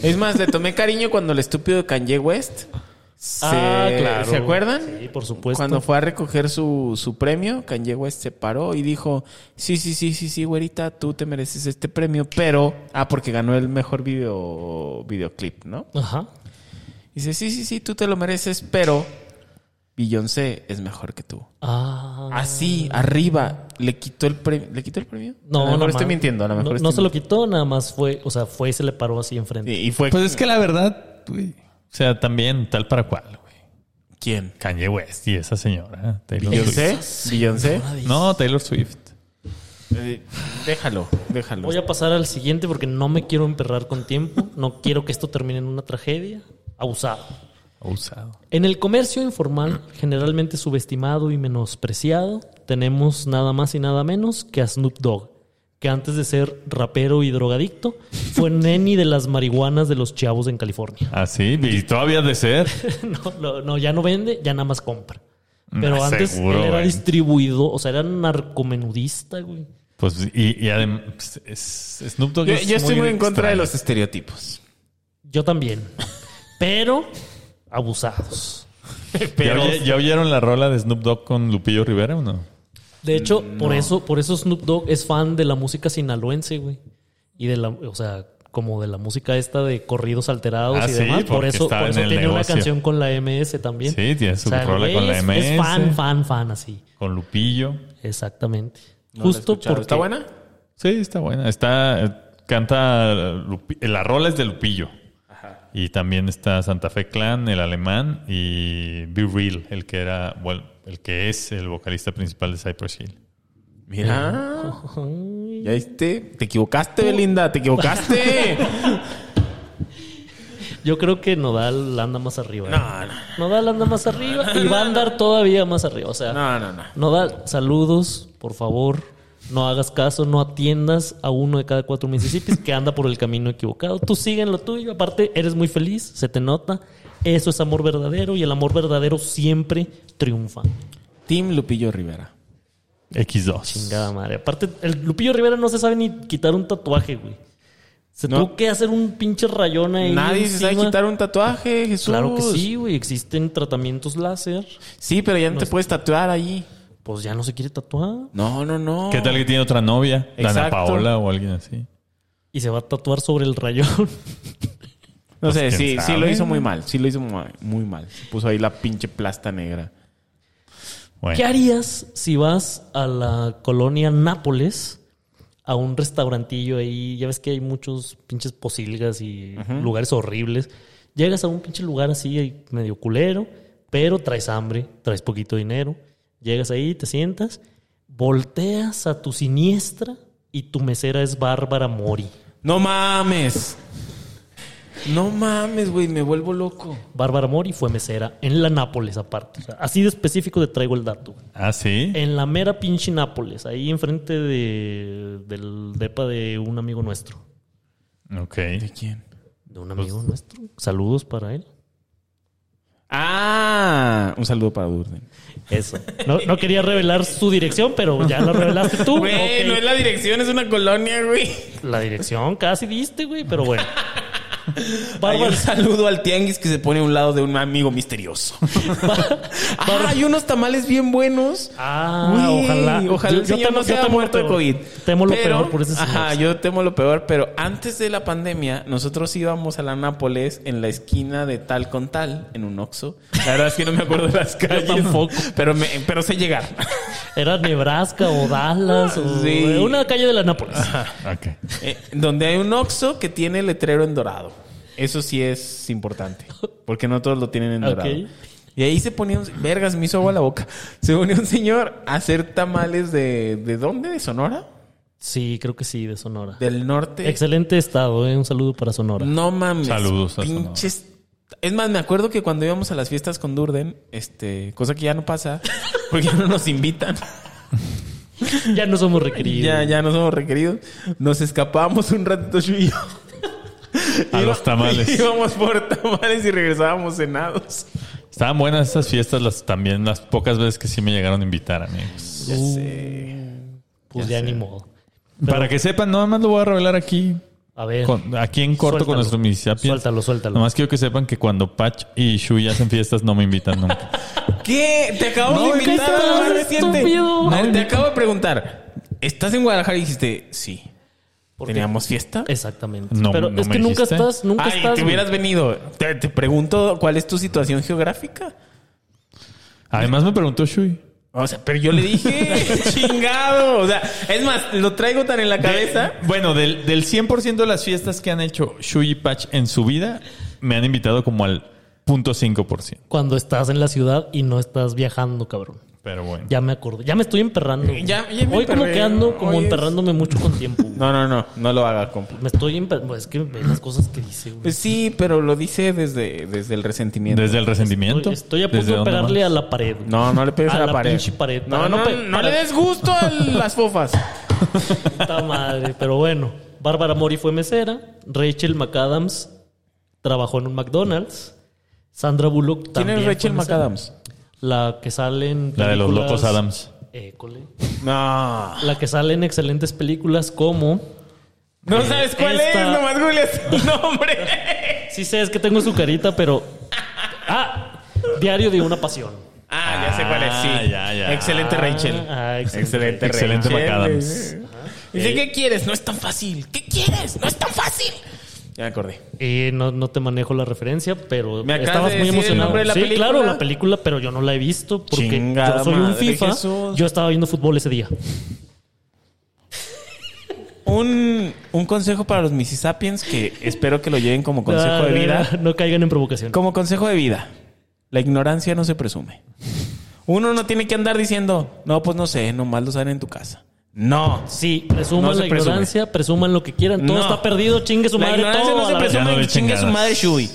Speaker 4: Es más, le tomé cariño cuando el estúpido Kanye West. Se,
Speaker 3: Ah, claro.
Speaker 4: ¿Se acuerdan?
Speaker 3: Sí, por supuesto.
Speaker 4: Cuando fue a recoger su, su premio, Kanye West se paró y dijo, sí, sí, sí, sí, sí, güerita, tú te mereces este premio, pero... Ah, porque ganó el mejor video, videoclip, ¿no?
Speaker 3: Ajá.
Speaker 4: Dice, sí, sí, sí, tú te lo mereces, pero Beyoncé es mejor que tú.
Speaker 3: Ah.
Speaker 4: Así, arriba, le quitó el premio. ¿Le quitó el premio?
Speaker 3: No,
Speaker 4: a lo mejor
Speaker 3: no
Speaker 4: estoy
Speaker 3: mames.
Speaker 4: mintiendo, a lo mejor
Speaker 3: No,
Speaker 4: estoy
Speaker 3: no se lo
Speaker 4: mintiendo.
Speaker 3: quitó, nada más fue, o sea, fue y se le paró así enfrente.
Speaker 4: Y y fue...
Speaker 1: Pues es que la verdad, güey. O sea, también tal para cual, güey.
Speaker 4: ¿Quién?
Speaker 1: Kanye West y esa señora. Taylor
Speaker 4: ¿Beyoncé? ¿Beyoncé?
Speaker 1: Swift. No, Taylor Swift.
Speaker 4: Eh, Déjalo, déjalo.
Speaker 3: Voy a pasar al siguiente porque no me quiero emperrar con tiempo. No quiero que esto termine en una tragedia. Abusado.
Speaker 1: Usado.
Speaker 3: En el comercio informal, generalmente subestimado y menospreciado, tenemos nada más y nada menos que a Snoop Dogg, que antes de ser rapero y drogadicto, fue neni de las marihuanas de los chavos en California.
Speaker 1: Ah, sí, y todavía de ser.
Speaker 3: No, no, no, ya no vende, ya nada más compra. Pero
Speaker 1: Nah, Mm,
Speaker 3: antes
Speaker 1: ah, seguro,
Speaker 3: él era
Speaker 1: güey.
Speaker 3: distribuido, o sea, era narcomenudista, güey.
Speaker 1: Pues, y, y además, pues, es- Snoop Dogg
Speaker 4: Yo,
Speaker 1: es
Speaker 4: yo estoy muy en contra de
Speaker 1: extraño.
Speaker 4: los estereotipos.
Speaker 3: Yo también. Pero abusados.
Speaker 1: ¿Ya, oye- ya oyeron la rola de Snoop Dogg con Lupillo Rivera o no?
Speaker 3: De hecho, por eso, por eso Snoop Dogg es fan de la música sinaloense, güey. Y de la, o sea, como de la música esta de corridos alterados
Speaker 1: Ah,
Speaker 3: y
Speaker 1: sí,
Speaker 3: demás. Por
Speaker 1: porque
Speaker 3: eso,
Speaker 1: estaba
Speaker 3: por
Speaker 1: en
Speaker 3: eso
Speaker 1: el
Speaker 3: tiene una
Speaker 1: negocio.
Speaker 3: canción con la MS también.
Speaker 1: Sí, tiene su
Speaker 3: el
Speaker 1: rola
Speaker 3: güey
Speaker 1: con la
Speaker 3: es-
Speaker 1: MS.
Speaker 3: Es fan, fan, fan, así.
Speaker 1: Con Lupillo.
Speaker 3: Exactamente.
Speaker 4: No la he
Speaker 3: Justo
Speaker 4: escuchado.
Speaker 3: porque
Speaker 4: ¿Está buena?
Speaker 1: Sí, está buena. Está, eh, canta, Lupi- la rola es de Lupillo. Y también está Santa Fe Clan, el alemán, y Be Real, el que era, bueno, el que es el vocalista principal de Cypress Hill.
Speaker 4: Mira. Ya viste. Te equivocaste, Belinda. Te equivocaste.
Speaker 3: Yo creo que Nodal anda más arriba. ¿eh?
Speaker 4: No, no.
Speaker 3: Nodal anda más arriba y va a andar todavía más arriba. O sea,
Speaker 4: No, no, no.
Speaker 3: Nodal, saludos, por favor. No hagas caso, no atiendas a uno de cada cuatro Mississippis que anda por el camino equivocado. Tú sigue en lo tuyo. Aparte, eres muy feliz, se te nota. Eso es amor verdadero y el amor verdadero siempre triunfa.
Speaker 4: Team Lupillo Rivera.
Speaker 1: X2.
Speaker 3: Chingada madre. Aparte, el Lupillo Rivera no se sabe ni quitar un tatuaje, güey. Se
Speaker 4: No.
Speaker 3: tuvo que hacer un pinche rayón ahí.
Speaker 4: Nadie se sabe
Speaker 3: encima.
Speaker 4: quitar un tatuaje, Jesús.
Speaker 3: Claro que sí, güey. Existen tratamientos láser.
Speaker 4: Sí, pero ya no, te
Speaker 3: es-
Speaker 4: puedes tatuar allí.
Speaker 3: Pues ya no se quiere tatuar.
Speaker 4: No, no, no.
Speaker 1: ¿Qué tal que tiene otra novia? Dana
Speaker 4: Exacto.
Speaker 1: Paola o alguien así.
Speaker 3: Y se va a tatuar sobre el rayón.
Speaker 4: No sé,
Speaker 1: Pues,
Speaker 4: sí,
Speaker 1: ¿quién
Speaker 4: sí lo
Speaker 1: sabe?
Speaker 4: hizo muy mal. Sí lo hizo muy, muy mal. Se puso ahí la pinche plasta negra.
Speaker 1: Bueno,
Speaker 3: ¿Qué harías si vas a la colonia Nápoles a un restaurantillo ahí? Ya ves que hay muchos pinches posilgas y lugares horribles. Llegas a un pinche lugar así ahí medio culero, pero traes hambre, traes poquito dinero. Llegas ahí, te sientas, volteas a tu siniestra y tu mesera es Bárbara Mori.
Speaker 4: No mames. No mames, güey. Me vuelvo loco.
Speaker 3: Bárbara Mori fue mesera en la Nápoles aparte. O sea, así de específico te traigo el dato. güey.
Speaker 1: ¿Ah, sí?
Speaker 3: En la mera pinche Nápoles, ahí enfrente de, del depa de un amigo nuestro.
Speaker 1: Ok.
Speaker 4: ¿De quién?
Speaker 3: ¿De un amigo nuestro? Saludos para él.
Speaker 4: Ah, un saludo para Durden.
Speaker 3: Eso. No, no quería revelar su dirección, pero ya la revelaste tú.
Speaker 4: Güey,
Speaker 3: Ok.
Speaker 4: no es la dirección, es una colonia, güey.
Speaker 3: La dirección casi diste, güey, pero bueno.
Speaker 4: Hay un
Speaker 3: Bárbara,
Speaker 4: saludo al tianguis que se pone a un lado de un amigo misterioso. ah, hay unos tamales bien buenos.
Speaker 3: Ah,
Speaker 4: Güey,
Speaker 3: ojalá.
Speaker 4: Ojalá
Speaker 3: Yo-
Speaker 4: el
Speaker 3: yo
Speaker 4: señor
Speaker 3: temo-
Speaker 4: no
Speaker 3: yo
Speaker 4: se haya
Speaker 3: temo lo
Speaker 4: muerto de
Speaker 3: peor.
Speaker 4: COVID.
Speaker 3: Temo lo peor por ese señor.
Speaker 4: Ajá, yo temo lo peor, pero antes de la pandemia, nosotros íbamos a la Nápoles en la esquina de tal con tal, en un Oxxo. La verdad es que no me acuerdo de las calles.
Speaker 3: tampoco.
Speaker 4: Pero, me, pero sé llegar.
Speaker 3: era Nebraska o Dallas o
Speaker 4: Sí.
Speaker 3: una calle de la Nápoles.
Speaker 1: Ok.
Speaker 4: Eh, donde hay un Oxxo que tiene letrero en dorado. Eso sí es importante. Porque no todos lo tienen en
Speaker 3: Ok.
Speaker 4: dorado. Y ahí se ponía un... Vergas, me hizo agua la boca. Se ponía un señor a hacer tamales de... ¿De dónde? ¿De Sonora?
Speaker 3: Sí, creo que sí, de Sonora.
Speaker 4: Del norte.
Speaker 3: Excelente estado, ¿eh? Un saludo para Sonora.
Speaker 4: No mames.
Speaker 1: Saludos a
Speaker 4: Pinches... Es más, me acuerdo que cuando íbamos a las fiestas con Durden, este, cosa que ya no pasa, porque ya no nos invitan,
Speaker 3: Ya no somos requeridos.
Speaker 4: Mm. ya, ya no somos requeridos, nos escapábamos un ratito yo y yo.
Speaker 1: A
Speaker 4: Iba-
Speaker 1: los tamales.
Speaker 4: Íbamos por tamales y regresábamos cenados.
Speaker 1: Estaban buenas esas fiestas, las también las pocas veces que sí me llegaron a invitar, amigos.
Speaker 4: Ya sé.
Speaker 3: Pues ya, ni modo.
Speaker 1: Para que sepan, nada más lo voy a revelar aquí.
Speaker 3: A ver.
Speaker 1: con- aquí en corto con
Speaker 3: Suéltalo.
Speaker 1: nuestro Mississippi.
Speaker 3: Suéltalo, suéltalo.
Speaker 1: Nomás quiero que sepan que cuando Patch y Shui hacen fiestas no me invitan nunca.
Speaker 4: ¿Qué? Te acabo
Speaker 3: No,
Speaker 4: de invitar.
Speaker 3: ¿qué estás,
Speaker 4: no es cierto.
Speaker 3: estúpido?
Speaker 4: No, te acabo de preguntar. ¿Estás en Guadalajara? Y dijiste, sí.
Speaker 3: Porque-
Speaker 4: ¿Teníamos fiesta?
Speaker 3: Exactamente.
Speaker 1: No,
Speaker 3: Pero
Speaker 1: no
Speaker 3: es
Speaker 1: me
Speaker 3: que nunca
Speaker 1: dijiste.
Speaker 3: estás, nunca
Speaker 4: Ay,
Speaker 3: estás.
Speaker 4: te
Speaker 3: güey.
Speaker 4: hubieras venido. Te, te pregunto cuál es tu situación geográfica.
Speaker 1: Además me preguntó Shui.
Speaker 4: O sea, pero yo le dije, chingado. O sea, es más, lo traigo tan en la cabeza.
Speaker 1: De- bueno, del, del 100% de las fiestas que han hecho Shui y Patch en su vida, me han invitado como al 0.5%.
Speaker 3: Cuando estás en la ciudad y no estás viajando, cabrón.
Speaker 1: Pero bueno.
Speaker 3: Ya me acuerdo. Ya me estoy emperrando. güey.
Speaker 4: Ya- ya me
Speaker 3: Hoy como
Speaker 4: emperré.
Speaker 3: que ando como
Speaker 4: Hoy es-
Speaker 3: emperrándome mucho con tiempo. güey.
Speaker 4: No, no, no, no lo haga, compa.
Speaker 3: Me estoy emperrando. Es que ve las cosas que dice, güey.
Speaker 4: Pues sí, pero lo dice desde, desde el resentimiento.
Speaker 1: Desde el resentimiento.
Speaker 3: Estoy, estoy a punto
Speaker 1: ¿Desde
Speaker 3: de
Speaker 1: dónde
Speaker 3: pegarle a
Speaker 1: más?
Speaker 3: la pared. güey.
Speaker 4: No, no le pegues a, la, pared.
Speaker 3: pinche pared.
Speaker 4: No,
Speaker 3: Para
Speaker 4: no,
Speaker 3: pe-
Speaker 4: no,
Speaker 3: para-
Speaker 4: le des gusto a las fofas.
Speaker 3: Puta madre. Pero bueno, Bárbara Mori fue mesera. Rachel McAdams trabajó en un McDonald's. Sandra Bullock
Speaker 4: ¿Quién
Speaker 3: también.
Speaker 4: es
Speaker 3: fue
Speaker 4: Rachel
Speaker 3: mesera.
Speaker 4: McAdams?
Speaker 3: La que sale en.
Speaker 1: La de los
Speaker 3: películas-
Speaker 1: locos Adams.
Speaker 3: École.
Speaker 4: No.
Speaker 3: La que sale en excelentes películas como.
Speaker 4: No sabes cuál
Speaker 3: Esta-
Speaker 4: es, nomás googleas el nombre.
Speaker 3: Sí sé, es que tengo su carita, pero. ¡Ah! Diario de una pasión.
Speaker 4: Ah, ya sé cuál es, sí.
Speaker 1: Ah, ya, ya.
Speaker 4: Excelente Rachel.
Speaker 3: Ah,
Speaker 4: Excelente,
Speaker 1: Excelente
Speaker 4: Rachel.
Speaker 1: McAdams.
Speaker 4: Dice, ¿qué quieres? No es tan fácil. ¿Qué quieres? No es tan fácil. Ya me acordé.
Speaker 3: Y no, no te manejo la referencia, pero
Speaker 4: Me acabas
Speaker 3: estabas
Speaker 4: de
Speaker 3: muy
Speaker 4: decir el
Speaker 3: emocionado.
Speaker 4: nombre de la
Speaker 3: sí,
Speaker 4: película.
Speaker 3: claro, la película, pero yo no la he visto porque
Speaker 4: Chingada
Speaker 3: yo soy un
Speaker 4: madre,
Speaker 3: FIFA.
Speaker 4: Jesús.
Speaker 3: Yo estaba viendo fútbol ese día.
Speaker 4: Un, un consejo para los Mississippians que espero que lo lleven como consejo de
Speaker 3: Ah,
Speaker 4: vida.
Speaker 3: No caigan en provocación.
Speaker 4: Como consejo de vida, la ignorancia no se presume. Uno no tiene que andar diciendo, no, pues no sé, nomás lo saben en tu casa. No.
Speaker 3: Sí, presuman
Speaker 4: No se
Speaker 3: la
Speaker 4: presume.
Speaker 3: ignorancia, presuman lo que quieran. Todo
Speaker 4: No.
Speaker 3: está perdido, chingue su
Speaker 4: La
Speaker 3: madre,
Speaker 4: ignorancia
Speaker 3: todo.
Speaker 4: no
Speaker 3: a
Speaker 4: se
Speaker 3: la verga.
Speaker 1: Ya no
Speaker 4: presume,
Speaker 1: le
Speaker 4: chingue su
Speaker 1: chingadas.
Speaker 4: madre Shui.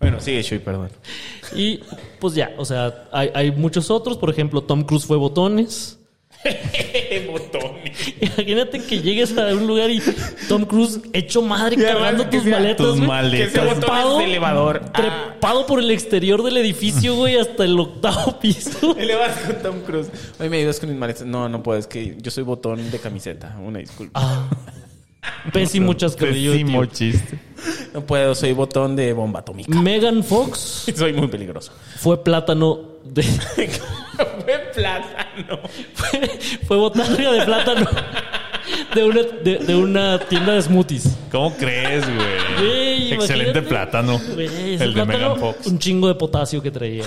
Speaker 4: Bueno, sigue Shui, perdón.
Speaker 3: Y pues ya, o sea, hay, hay muchos otros. Por ejemplo, Tom Cruise fue botones. botones. Imagínate que llegues a un lugar y Tom Cruise hecho madre
Speaker 4: Y además
Speaker 3: cargando
Speaker 4: que
Speaker 3: tus
Speaker 4: sea-
Speaker 3: maletas.
Speaker 1: tus
Speaker 3: güey.
Speaker 1: maletas.
Speaker 4: Que sea botones
Speaker 3: Trepado-
Speaker 4: de elevador. Ah.
Speaker 3: Trepado por el exterior del edificio, güey, hasta el octavo piso.
Speaker 4: Y le vas con Tom Cruise. Oye, ¿me ayudas con mis maletas? No, no puedo, es que yo soy botón de camiseta. Una disculpa.
Speaker 3: Ah, pésimo chascarrillo. de
Speaker 1: Pésimo
Speaker 3: tío.
Speaker 1: chiste.
Speaker 4: No puedo, soy botón de bomba atómica.
Speaker 3: Megan Fox
Speaker 4: Soy muy peligroso.
Speaker 3: fue plátano de.
Speaker 4: Fue plátano.
Speaker 3: fue botánica de plátano de una, de, de una tienda de smoothies.
Speaker 1: ¿Cómo crees, güey?
Speaker 3: Güey,
Speaker 1: Excelente
Speaker 3: imagínate.
Speaker 1: plátano.
Speaker 3: Güey, ese
Speaker 1: el de
Speaker 3: plátano,
Speaker 1: Megan Fox.
Speaker 3: Un chingo de potasio que traía.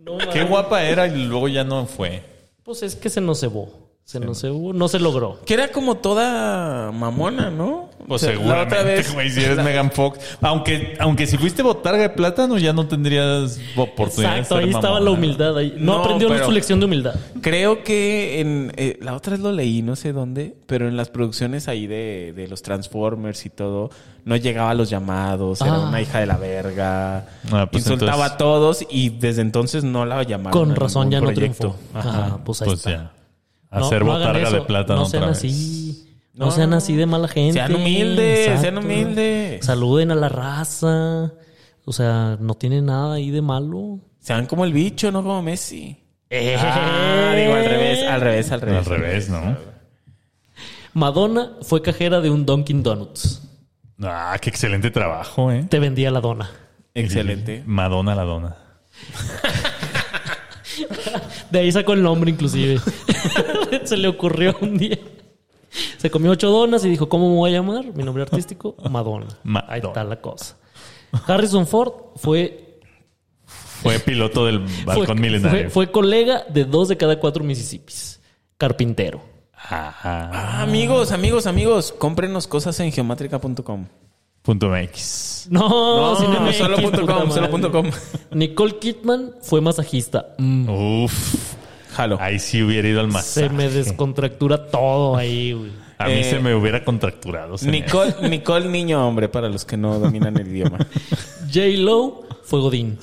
Speaker 3: No,
Speaker 1: Qué
Speaker 3: mames.
Speaker 1: guapa era y luego ya no fue.
Speaker 3: Pues es que se nos cebó. Se nos cebó. No se logró.
Speaker 4: Que era como toda mamona, ¿no?
Speaker 1: Pues
Speaker 4: O sea, la
Speaker 1: seguramente,
Speaker 4: otra vez-
Speaker 1: güey, si eres Megan Fox. Aunque, aunque si fuiste botarga de plátano, ya no tendrías oportunidad
Speaker 3: Exacto,
Speaker 1: de ser
Speaker 3: ahí estaba la
Speaker 1: mamona.
Speaker 3: humildad. Ahí. No,
Speaker 4: No,
Speaker 3: aprendió
Speaker 4: pero-
Speaker 3: su lección de humildad.
Speaker 4: Creo que en eh, la otra vez lo leí, no sé dónde, pero en las producciones ahí de, de los Transformers y todo, no llegaba a los llamados, era
Speaker 3: Ah.
Speaker 4: una hija de la verga,
Speaker 1: Ah, pues
Speaker 4: insultaba
Speaker 1: entonces-
Speaker 4: a todos y desde entonces no la llamaron.
Speaker 3: Con
Speaker 4: a
Speaker 3: razón
Speaker 4: ningún
Speaker 3: ya no
Speaker 4: proyecto.
Speaker 3: triunfó.
Speaker 4: Ajá.
Speaker 3: Ajá, pues ahí
Speaker 1: Pues
Speaker 3: está.
Speaker 1: ya.
Speaker 3: No,
Speaker 1: Hacer
Speaker 3: no hagan
Speaker 1: botarga
Speaker 3: eso.
Speaker 1: de plátano
Speaker 3: No
Speaker 1: otra
Speaker 3: sean
Speaker 1: vez.
Speaker 3: así. No,
Speaker 4: No.
Speaker 3: sean así de mala gente.
Speaker 4: Sean humildes,
Speaker 3: Exacto.
Speaker 4: sean humildes.
Speaker 3: Saluden a la raza. O sea, no tiene nada ahí de malo.
Speaker 4: Sean como el bicho, no como Messi.
Speaker 3: Eh.
Speaker 4: Ah, digo al revés, al revés, al revés.
Speaker 1: Al revés, ¿no?
Speaker 3: Madonna fue cajera de un Dunkin' Donuts.
Speaker 1: Ah, qué excelente trabajo, ¿eh?
Speaker 3: Te vendía la dona.
Speaker 4: Excelente.
Speaker 1: Madonna la dona.
Speaker 3: De ahí sacó el nombre, inclusive. Se le ocurrió un día. Se comió ocho donas y dijo: ¿Cómo me voy a llamar? Mi nombre artístico, Madonna.
Speaker 1: Madonna.
Speaker 3: Ahí está la cosa. Harrison Ford fue,
Speaker 1: Fue piloto del
Speaker 3: fue,
Speaker 1: balcón milenario.
Speaker 3: fue- fue colega de dos de cada cuatro Mississippis. Carpintero.
Speaker 1: Ajá.
Speaker 4: Ah, amigos, amigos, amigos, cómprenos cosas en geomátrica.com.
Speaker 1: Punto MX.
Speaker 3: No, sin MX,
Speaker 4: solo punto
Speaker 3: puta
Speaker 4: com,
Speaker 3: madre.
Speaker 4: solo punto com.
Speaker 3: Nicole Kidman fue masajista. Mm,
Speaker 1: Uf.
Speaker 4: Jalo.
Speaker 1: Ahí sí hubiera ido al masaje.
Speaker 3: Se me descontractura todo ahí, güey.
Speaker 1: A mí
Speaker 4: Eh,
Speaker 1: se me hubiera contracturado. señor.
Speaker 4: Nicole, Nicole Niño Hombre, para los que no dominan el idioma.
Speaker 3: J. Lowe fue Godín.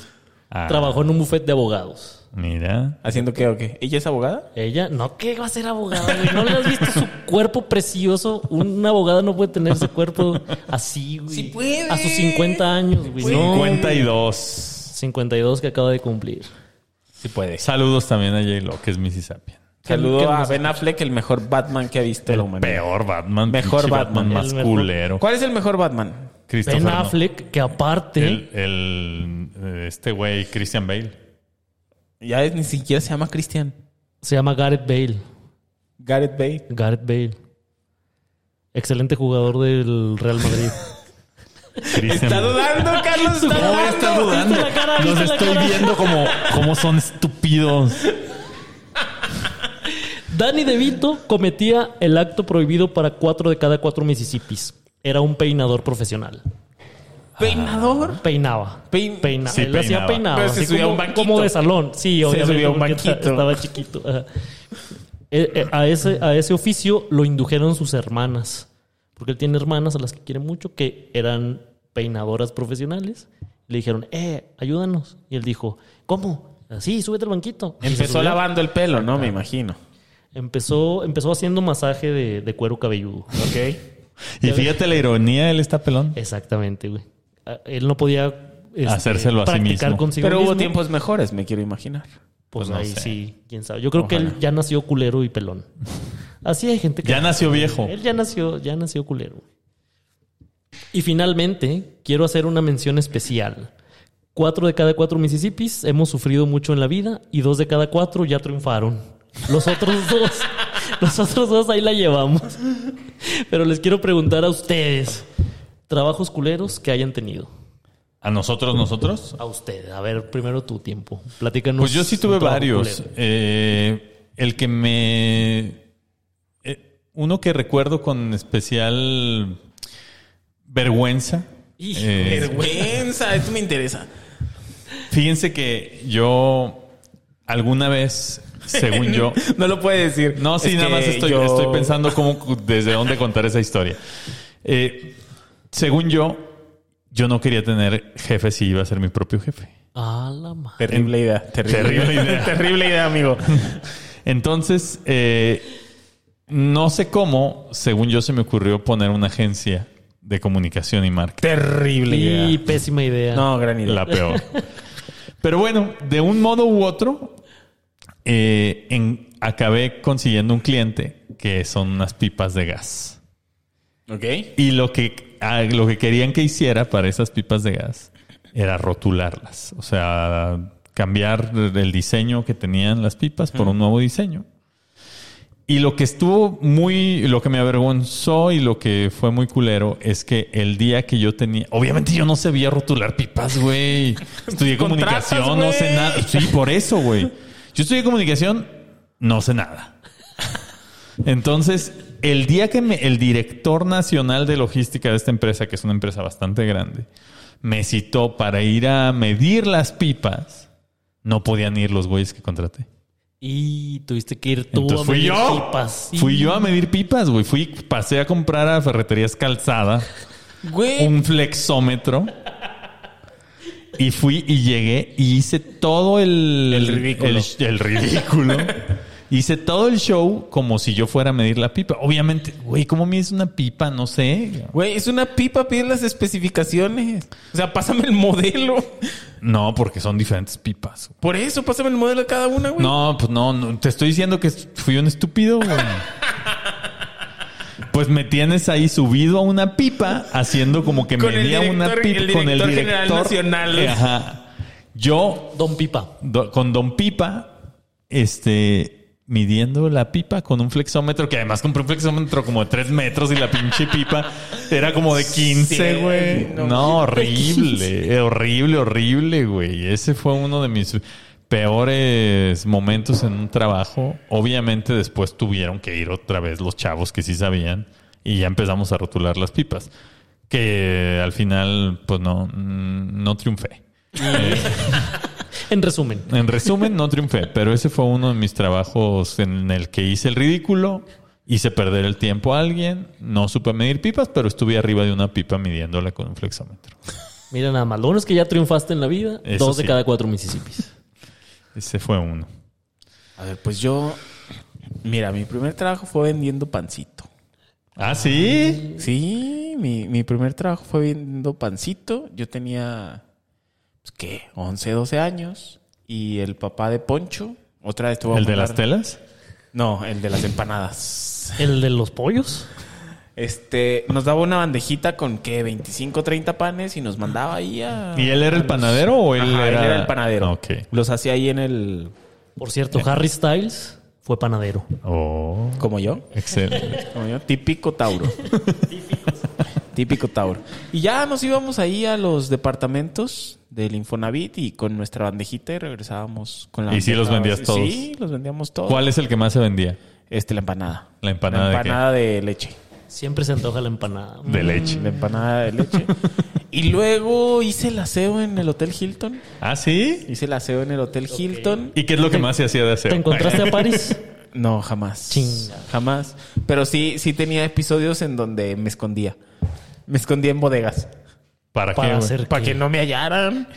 Speaker 1: Ah,
Speaker 3: Trabajó en un bufete de abogados.
Speaker 1: Mira.
Speaker 4: ¿Haciendo qué o qué? ¿Ella es abogada?
Speaker 3: Ella, no, que va a ser abogada, güey. ¿No le has visto su cuerpo precioso? Una abogada no puede tener ese cuerpo así, güey.
Speaker 4: Sí puede.
Speaker 3: A sus 50 años, güey. No,
Speaker 1: 52.
Speaker 3: 52 que acaba de cumplir.
Speaker 4: Sí puede.
Speaker 1: Saludos también a J-Lo, que es Missy Sapien.
Speaker 4: Saludo
Speaker 3: ¿Qué
Speaker 4: a
Speaker 3: más?
Speaker 4: Ben Affleck, el mejor Batman que ha visto la humanidad.
Speaker 1: Peor Batman.
Speaker 4: Mejor
Speaker 1: pinche
Speaker 4: Batman.
Speaker 1: más
Speaker 3: El mejor.
Speaker 1: culero.
Speaker 4: ¿Cuál es el mejor Batman?
Speaker 1: Christopher
Speaker 3: Ben
Speaker 1: no.
Speaker 3: Affleck, que aparte...
Speaker 1: El, el, eh, este güey, Christian Bale.
Speaker 4: Ya es- ni siquiera se llama Christian.
Speaker 3: Se llama Gareth Bale.
Speaker 4: Gareth Bale.
Speaker 3: Gareth Bale. Excelente jugador del Real Madrid.
Speaker 1: Christian
Speaker 4: Está
Speaker 1: Bale.
Speaker 4: dudando, Carlos. Está
Speaker 1: ¿Cómo voy a estar
Speaker 4: dudando.
Speaker 1: dudando?
Speaker 3: ¿Viste la cara?
Speaker 1: Los
Speaker 3: ¿Viste la
Speaker 1: estoy
Speaker 3: cara?
Speaker 1: viendo como, como son estúpidos.
Speaker 3: Danny DeVito cometía el acto prohibido para cuatro de cada cuatro Mississippis. Era un peinador profesional.
Speaker 4: Peinador.
Speaker 3: Peinaba.
Speaker 4: Pein-
Speaker 3: Peina-
Speaker 1: Sí,
Speaker 3: él
Speaker 1: peinaba.
Speaker 3: hacía peinado.
Speaker 4: Pero se
Speaker 3: así
Speaker 4: subía a
Speaker 3: como,
Speaker 4: un banquito.
Speaker 3: como de salón. Sí, obviamente.
Speaker 4: subía a un
Speaker 3: porque
Speaker 4: banquito.
Speaker 3: Estaba chiquito. ajá. Eh, eh, a, ese, a ese oficio lo indujeron sus hermanas. Porque él tiene hermanas a las que quiere mucho que eran peinadoras profesionales. Le dijeron, eh, ayúdanos. Y él dijo, ¿cómo? Así, súbete al banquito. Y se
Speaker 4: Empezó
Speaker 3: subió.
Speaker 4: lavando el pelo, ¿no? Me imagino.
Speaker 3: Empezó, empezó haciendo masaje de, de cuero cabelludo.
Speaker 4: Ok.
Speaker 1: Y fíjate la ironía, él está
Speaker 3: Eh,
Speaker 1: pelón.
Speaker 3: Exactamente, güey. Ah, Él no podía este,
Speaker 1: Hacérselo a sí
Speaker 3: practicar
Speaker 1: mismo.
Speaker 3: consigo
Speaker 4: Pero hubo
Speaker 3: mismo.
Speaker 4: tiempos mejores, me quiero imaginar.
Speaker 3: Pues,
Speaker 1: Pues no
Speaker 3: ahí
Speaker 1: sé.
Speaker 3: sí, quién sabe. Yo creo que él ya nació culero y pelón. Así hay gente que.
Speaker 1: Ya nació viejo.
Speaker 3: Él ya nació, ya nació culero. Y finalmente, quiero hacer una mención especial. Cuatro de cada cuatro Mississippis hemos sufrido mucho en la vida y dos de cada cuatro ya triunfaron. Los otros dos, los otros dos ahí la llevamos. Pero les quiero preguntar a ustedes, trabajos culeros que hayan tenido.
Speaker 1: ¿A nosotros, nosotros?
Speaker 3: A ustedes. A ver, primero tu tiempo. Platícanos.
Speaker 1: Pues yo sí tuve
Speaker 3: un trabajo
Speaker 1: varios.
Speaker 3: culero.
Speaker 1: Eh, el que me... eh, uno que recuerdo con especial vergüenza.
Speaker 3: Hijo,
Speaker 1: eh,
Speaker 4: Vergüenza, esto me interesa.
Speaker 1: fíjense que yo alguna vez según yo.
Speaker 4: No lo puede decir.
Speaker 1: No, sí,
Speaker 4: Es
Speaker 1: nada más
Speaker 4: que
Speaker 1: estoy,
Speaker 4: yo-
Speaker 1: estoy pensando cómo, desde dónde contar esa historia. Eh, según yo, yo no quería tener jefe si iba a ser mi propio jefe.
Speaker 3: A la madre.
Speaker 4: Terrible idea. Terrible,
Speaker 1: Terrible idea.
Speaker 4: terrible idea, amigo.
Speaker 1: Entonces, eh, no sé cómo, según yo, se me ocurrió poner una agencia de comunicación y marketing.
Speaker 4: terrible idea.
Speaker 3: Y pésima idea.
Speaker 4: No, gran idea.
Speaker 1: La peor. Pero bueno, de un modo u otro, eh, en- acabé consiguiendo un cliente que son unas pipas de gas.
Speaker 4: Ok.
Speaker 1: Y lo que, a- lo que querían que hiciera para esas pipas de gas era rotularlas. O sea, cambiar el diseño que tenían las pipas por un nuevo diseño. Y lo que estuvo muy, lo que me avergonzó y lo que fue muy culero es que el día que yo tenía, obviamente yo no sabía rotular pipas, güey. Estudié
Speaker 4: Contratas,
Speaker 1: comunicación, no sé
Speaker 4: güey.
Speaker 1: nada. Sí, por eso, güey. Yo estudié comunicación, no sé nada. Entonces, el día que me- el director nacional de logística de esta empresa, que es una empresa bastante grande, me citó para ir a medir las pipas, no podían ir los güeyes que contraté.
Speaker 3: Y tuviste que ir tú
Speaker 1: Entonces
Speaker 3: a
Speaker 1: fui
Speaker 3: medir
Speaker 1: yo.
Speaker 3: pipas.
Speaker 1: Fui
Speaker 3: Y-
Speaker 1: yo a medir pipas, güey. Fui, pasé a comprar a Ferreterías Calzada
Speaker 4: Güey.
Speaker 1: un flexómetro. Y fui y llegué y hice todo el,
Speaker 4: El ridículo.
Speaker 1: el- el ridículo. hice todo el show como si yo fuera a medir la pipa. Obviamente, güey, ¿cómo mides una pipa? No sé.
Speaker 4: Güey, es una pipa, pide las especificaciones. O sea, pásame el modelo.
Speaker 1: No, porque son diferentes pipas.
Speaker 4: Por eso, pásame el modelo de cada una, güey.
Speaker 1: No, pues no, no, te estoy diciendo que fui un estúpido. güey. Pues me tienes ahí subido a una pipa haciendo como que
Speaker 4: Con el
Speaker 1: medía una
Speaker 4: director-
Speaker 1: pipa
Speaker 4: el
Speaker 1: con el
Speaker 4: director
Speaker 1: director Eh,
Speaker 4: general nacional.
Speaker 1: Ajá. Yo
Speaker 3: Don Pipa.
Speaker 1: do- con Don Pipa este midiendo la pipa con un flexómetro que además compré un flexómetro como de 3 metros y la pinche pipa era como de 15,
Speaker 4: Sí,
Speaker 1: güey.
Speaker 4: no.
Speaker 1: no, horrible, eh, horrible, horrible, güey. Ese fue uno de mis peores momentos en un trabajo. Obviamente después tuvieron que ir otra vez los chavos que sí sabían y ya empezamos a rotular las pipas. Que al final, pues no, mm, no triunfé.
Speaker 3: En resumen.
Speaker 1: En resumen, no triunfé, pero ese fue uno de mis trabajos en el que hice el ridículo, hice perder el tiempo a alguien, no supe medir pipas, pero estuve arriba de una pipa midiéndola con un flexómetro.
Speaker 3: Mira nada más. Lo bueno es que ya triunfaste en la vida.
Speaker 1: Eso
Speaker 3: Dos de
Speaker 1: sí.
Speaker 3: cada cuatro Mississippis.
Speaker 1: Ese fue uno.
Speaker 4: A ver, pues yo. Mira, mi primer trabajo fue vendiendo pancito.
Speaker 1: Ah, sí.
Speaker 4: Sí, mi, mi primer trabajo fue vendiendo pancito. Yo tenía, pues, ¿qué? 11, 12 años. Y el papá de Poncho, otra vez tuvo.
Speaker 1: El de las telas.
Speaker 4: No, el de las empanadas.
Speaker 3: El de los pollos.
Speaker 4: Este, nos daba una bandejita con, ¿qué? 25, 30 panes y nos mandaba ahí a...
Speaker 1: ¿Y él era el
Speaker 4: a los-
Speaker 1: panadero o él
Speaker 4: Ajá,
Speaker 1: era- Ah,
Speaker 4: el panadero.
Speaker 1: Ok.
Speaker 4: Los hacía ahí en el...
Speaker 3: Por
Speaker 1: Eh.
Speaker 3: cierto, Harry Styles fue panadero.
Speaker 1: Oh,
Speaker 4: Como yo.
Speaker 1: excelente.
Speaker 4: Como yo, típico Tauro. típico Tauro. Y ya nos íbamos ahí a los departamentos del Infonavit y con nuestra bandejita y regresábamos con la
Speaker 1: ¿Y sí
Speaker 4: bandeja.
Speaker 1: los vendías todos?
Speaker 4: Sí, los vendíamos todos.
Speaker 1: ¿Cuál es el que más se vendía?
Speaker 4: Este, la empanada.
Speaker 1: ¿La empanada de qué?
Speaker 4: empanada de leche.
Speaker 3: Siempre se antoja la empanada.
Speaker 1: De leche.
Speaker 4: La empanada de leche. y luego hice el aseo en el Hotel Hilton.
Speaker 1: Ah, sí.
Speaker 4: Hice el aseo en el Hotel Hilton.
Speaker 1: ¿Y qué es lo que más se hacía de hacer?
Speaker 3: ¿Te encontraste a París?
Speaker 4: No, jamás.
Speaker 3: Chinga.
Speaker 4: Jamás. Pero sí, sí tenía episodios en donde me escondía. Me escondía en bodegas.
Speaker 1: ¿Para qué?
Speaker 3: Para
Speaker 1: güey?
Speaker 3: hacer
Speaker 4: Para
Speaker 3: qué?
Speaker 4: que no me hallaran.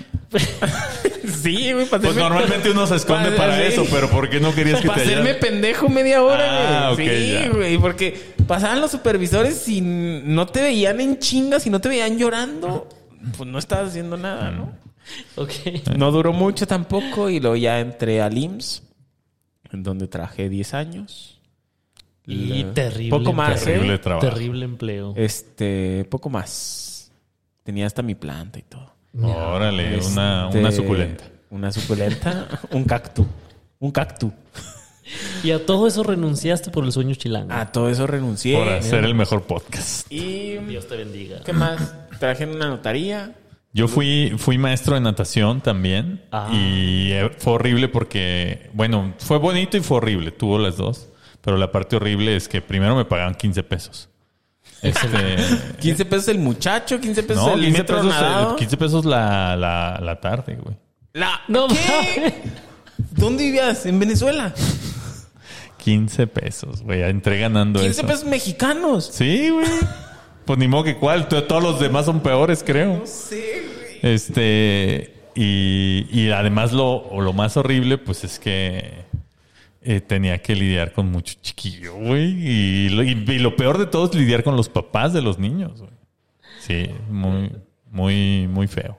Speaker 4: sí, güey. para
Speaker 1: Pues
Speaker 4: hacerme-
Speaker 1: normalmente uno se esconde para
Speaker 4: sí.
Speaker 1: eso, pero ¿por qué no querías que te
Speaker 4: Para hacerme
Speaker 1: hallaran?
Speaker 4: pendejo media hora,
Speaker 1: Ah,
Speaker 4: güey.
Speaker 1: ok,
Speaker 4: sí,
Speaker 1: ya.
Speaker 4: güey. Porque pasaban los supervisores y no te veían en chingas y no te veían llorando. Pues no estabas haciendo nada, ¿no?
Speaker 3: Ok.
Speaker 1: Mm.
Speaker 4: No duró mucho tampoco y luego ya entré al IMSS, en donde trabajé 10 años.
Speaker 3: Y
Speaker 4: La-
Speaker 3: terrible.
Speaker 4: Poco más,
Speaker 3: empleo.
Speaker 1: Terrible
Speaker 4: ¿eh?
Speaker 1: trabajo.
Speaker 3: Terrible empleo.
Speaker 4: Este, poco más. Tenía hasta mi planta y todo.
Speaker 1: Órale, una,
Speaker 4: Este,
Speaker 1: una suculenta.
Speaker 4: Una suculenta, un cactus. Un cactus.
Speaker 3: Y a todo eso renunciaste por el sueño chilango.
Speaker 1: Ah.
Speaker 4: A todo eso renuncié.
Speaker 1: Por hacer el mejor podcast.
Speaker 4: Y
Speaker 3: Dios te bendiga.
Speaker 4: ¿qué más? Trabajé en una notaría.
Speaker 1: Yo fui, fui maestro de natación también
Speaker 3: Ah.
Speaker 1: y eh, fue horrible porque, bueno, fue bonito y fue horrible, tuvo las dos, pero la parte horrible es que primero me pagaban 15 pesos. Este,
Speaker 4: 15 pesos el muchacho, 15 pesos
Speaker 1: no,
Speaker 4: el
Speaker 1: 15
Speaker 4: metro
Speaker 1: pesos, eh,
Speaker 4: nadado.
Speaker 1: 15 pesos la, la, la tarde, güey.
Speaker 4: La,
Speaker 3: No
Speaker 4: ¿Qué?
Speaker 3: mames.
Speaker 4: ¿Dónde vivías? En Venezuela.
Speaker 1: 15 pesos, güey. Entré ganando
Speaker 4: 15
Speaker 1: eso.
Speaker 4: pesos mexicanos.
Speaker 1: Sí, güey. Pues ni modo que cuál. to- Todos los demás son peores, creo.
Speaker 4: Sí, güey.
Speaker 1: Este. Y, y además lo, o lo más horrible, pues es que eh, tenía que lidiar con mucho chiquillo, güey. Y lo, y- y lo peor de todo es lidiar con los papás de los niños, güey. Sí, muy, muy, muy feo.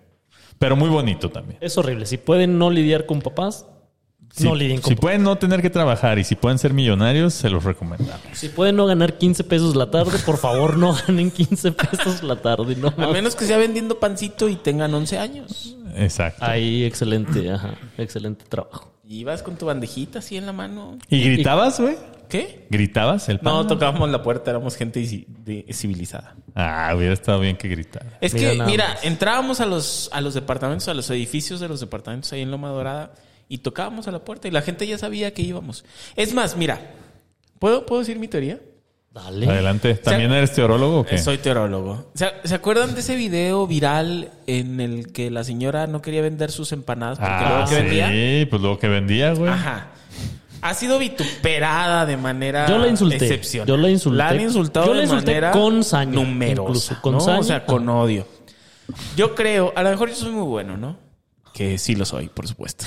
Speaker 1: Pero muy bonito también.
Speaker 3: Es horrible. Si pueden no lidiar con papás,
Speaker 1: Si,
Speaker 3: no lidien con
Speaker 1: si
Speaker 3: papás.
Speaker 1: pueden no tener que trabajar y si pueden ser millonarios, se los recomendamos.
Speaker 3: Si pueden no ganar 15 pesos la tarde, por favor no ganen 15 pesos la tarde. No
Speaker 4: A
Speaker 3: mames.
Speaker 4: menos que sea vendiendo pancito y tengan 11 años.
Speaker 1: Exacto.
Speaker 3: Ahí, excelente, ajá, excelente trabajo.
Speaker 4: Y vas con tu bandejita así en la mano.
Speaker 1: ¿Y gritabas, güey?
Speaker 4: ¿Qué?
Speaker 1: ¿Gritabas el pan?
Speaker 4: No, tocábamos la puerta, éramos gente ci- de- civilizada.
Speaker 1: Ah, hubiera estado bien que gritara.
Speaker 4: Es
Speaker 3: Mira
Speaker 4: que,
Speaker 3: nada
Speaker 4: mira,
Speaker 3: más.
Speaker 4: entrábamos a los, a los departamentos, a los edificios de los departamentos ahí en Loma Dorada y tocábamos a la puerta y la gente ya sabía que íbamos. Es más, mira, ¿puedo, ¿puedo decir mi teoría?
Speaker 3: Dale.
Speaker 1: Adelante. ¿También
Speaker 4: O sea,
Speaker 1: eres teorólogo o qué?
Speaker 4: Eh, Soy teorólogo. ¿Se, se acuerdan de ese video viral en el que la señora no quería vender sus empanadas porque
Speaker 1: Ah,
Speaker 4: luego que vendía?
Speaker 1: sí, pues luego que vendía, güey.
Speaker 4: Ajá. Ha sido vituperada de manera
Speaker 3: Yo la insulté.
Speaker 4: excepcional.
Speaker 3: Yo la insulté.
Speaker 4: La han insultado
Speaker 3: Yo la
Speaker 4: de
Speaker 3: insulté
Speaker 4: manera
Speaker 3: con saña,
Speaker 4: numerosa,
Speaker 3: incluso, con
Speaker 4: ¿no?
Speaker 3: saña.
Speaker 4: O sea, con odio. Yo creo, a lo mejor yo soy muy bueno, ¿no? Que sí lo soy, por supuesto.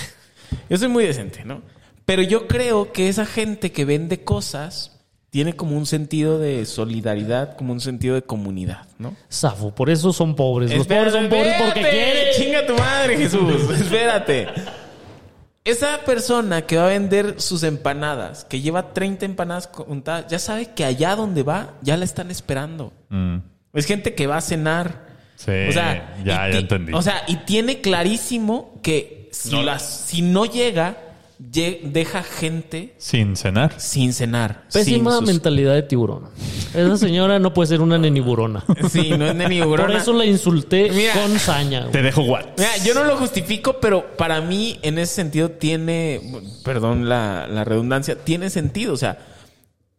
Speaker 4: Yo soy muy decente, ¿no? Pero yo creo que esa gente que vende cosas tiene como un sentido de solidaridad, como un sentido de comunidad, ¿no?
Speaker 3: Safo, por eso son pobres. Pues Los
Speaker 4: Espérate,
Speaker 3: pobres son pobres porque
Speaker 4: espérate,
Speaker 3: quieren.
Speaker 4: Chinga tu madre, Jesús. espérate. Esa persona que va a vender sus empanadas, que lleva 30 empanadas contadas, ya sabe que allá donde va, ya la están esperando.
Speaker 1: Mm,
Speaker 4: Es gente que va a cenar.
Speaker 1: sí,
Speaker 4: o sea, y
Speaker 1: Eh, ya, ya
Speaker 4: ti-
Speaker 1: entendí.
Speaker 4: O sea, y tiene clarísimo que si,
Speaker 1: No.
Speaker 4: las- si no llega, lle- deja gente
Speaker 1: Sin cenar.
Speaker 4: sin cenar.
Speaker 3: Pésima
Speaker 4: sin sus-
Speaker 3: mentalidad de tiburón. Esa señora no puede ser una neniburona.
Speaker 4: Sí, no es de mi
Speaker 3: Por
Speaker 4: neurona.
Speaker 3: eso la insulté
Speaker 4: Mira.
Speaker 3: con saña.
Speaker 1: Te
Speaker 3: güey.
Speaker 1: dejo what.
Speaker 4: Mira, yo no lo justifico, pero para mí en ese sentido tiene, perdón la, la redundancia, tiene sentido. O sea,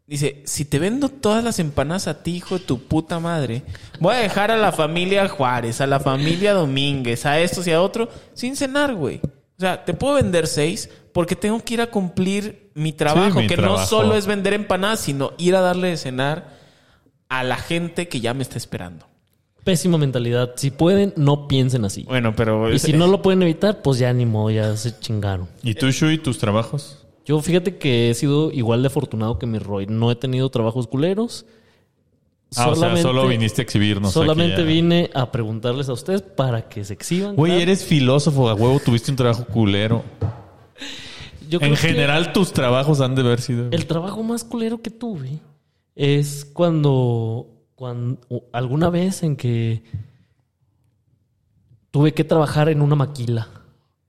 Speaker 4: dice, si te vendo todas las empanadas a ti, hijo de tu puta madre, voy a dejar a la familia Juárez, a la familia Domínguez, a estos y a otros, sin cenar, güey. O sea, te puedo vender seis porque tengo que ir a cumplir mi trabajo,
Speaker 1: mi
Speaker 4: que
Speaker 1: trabajo.
Speaker 4: no solo es vender empanadas, sino ir a darle de cenar a la gente que ya me está esperando.
Speaker 3: Pésima mentalidad. Si pueden, no piensen así.
Speaker 4: Bueno, pero...
Speaker 3: Y si no lo pueden evitar, pues ya ni modo, ya se chingaron.
Speaker 1: ¿Y tú, Shui, tus trabajos?
Speaker 3: Yo fíjate que he sido igual de afortunado que mi Roy. No he tenido trabajos culeros.
Speaker 1: Ah, o sea,
Speaker 3: Solamente-
Speaker 1: solo viniste a exhibirnos. aquí
Speaker 3: solamente
Speaker 1: ya.
Speaker 3: vine a preguntarles a ustedes para que se exhiban.
Speaker 1: Güey,
Speaker 3: claro.
Speaker 1: eres filósofo, a huevo tuviste un trabajo culero.
Speaker 3: Yo creo
Speaker 1: En
Speaker 3: que
Speaker 1: general, tus trabajos han de haber sido.
Speaker 3: El trabajo más culero que tuve es cuando, cuando o alguna vez en que tuve que trabajar en una maquila.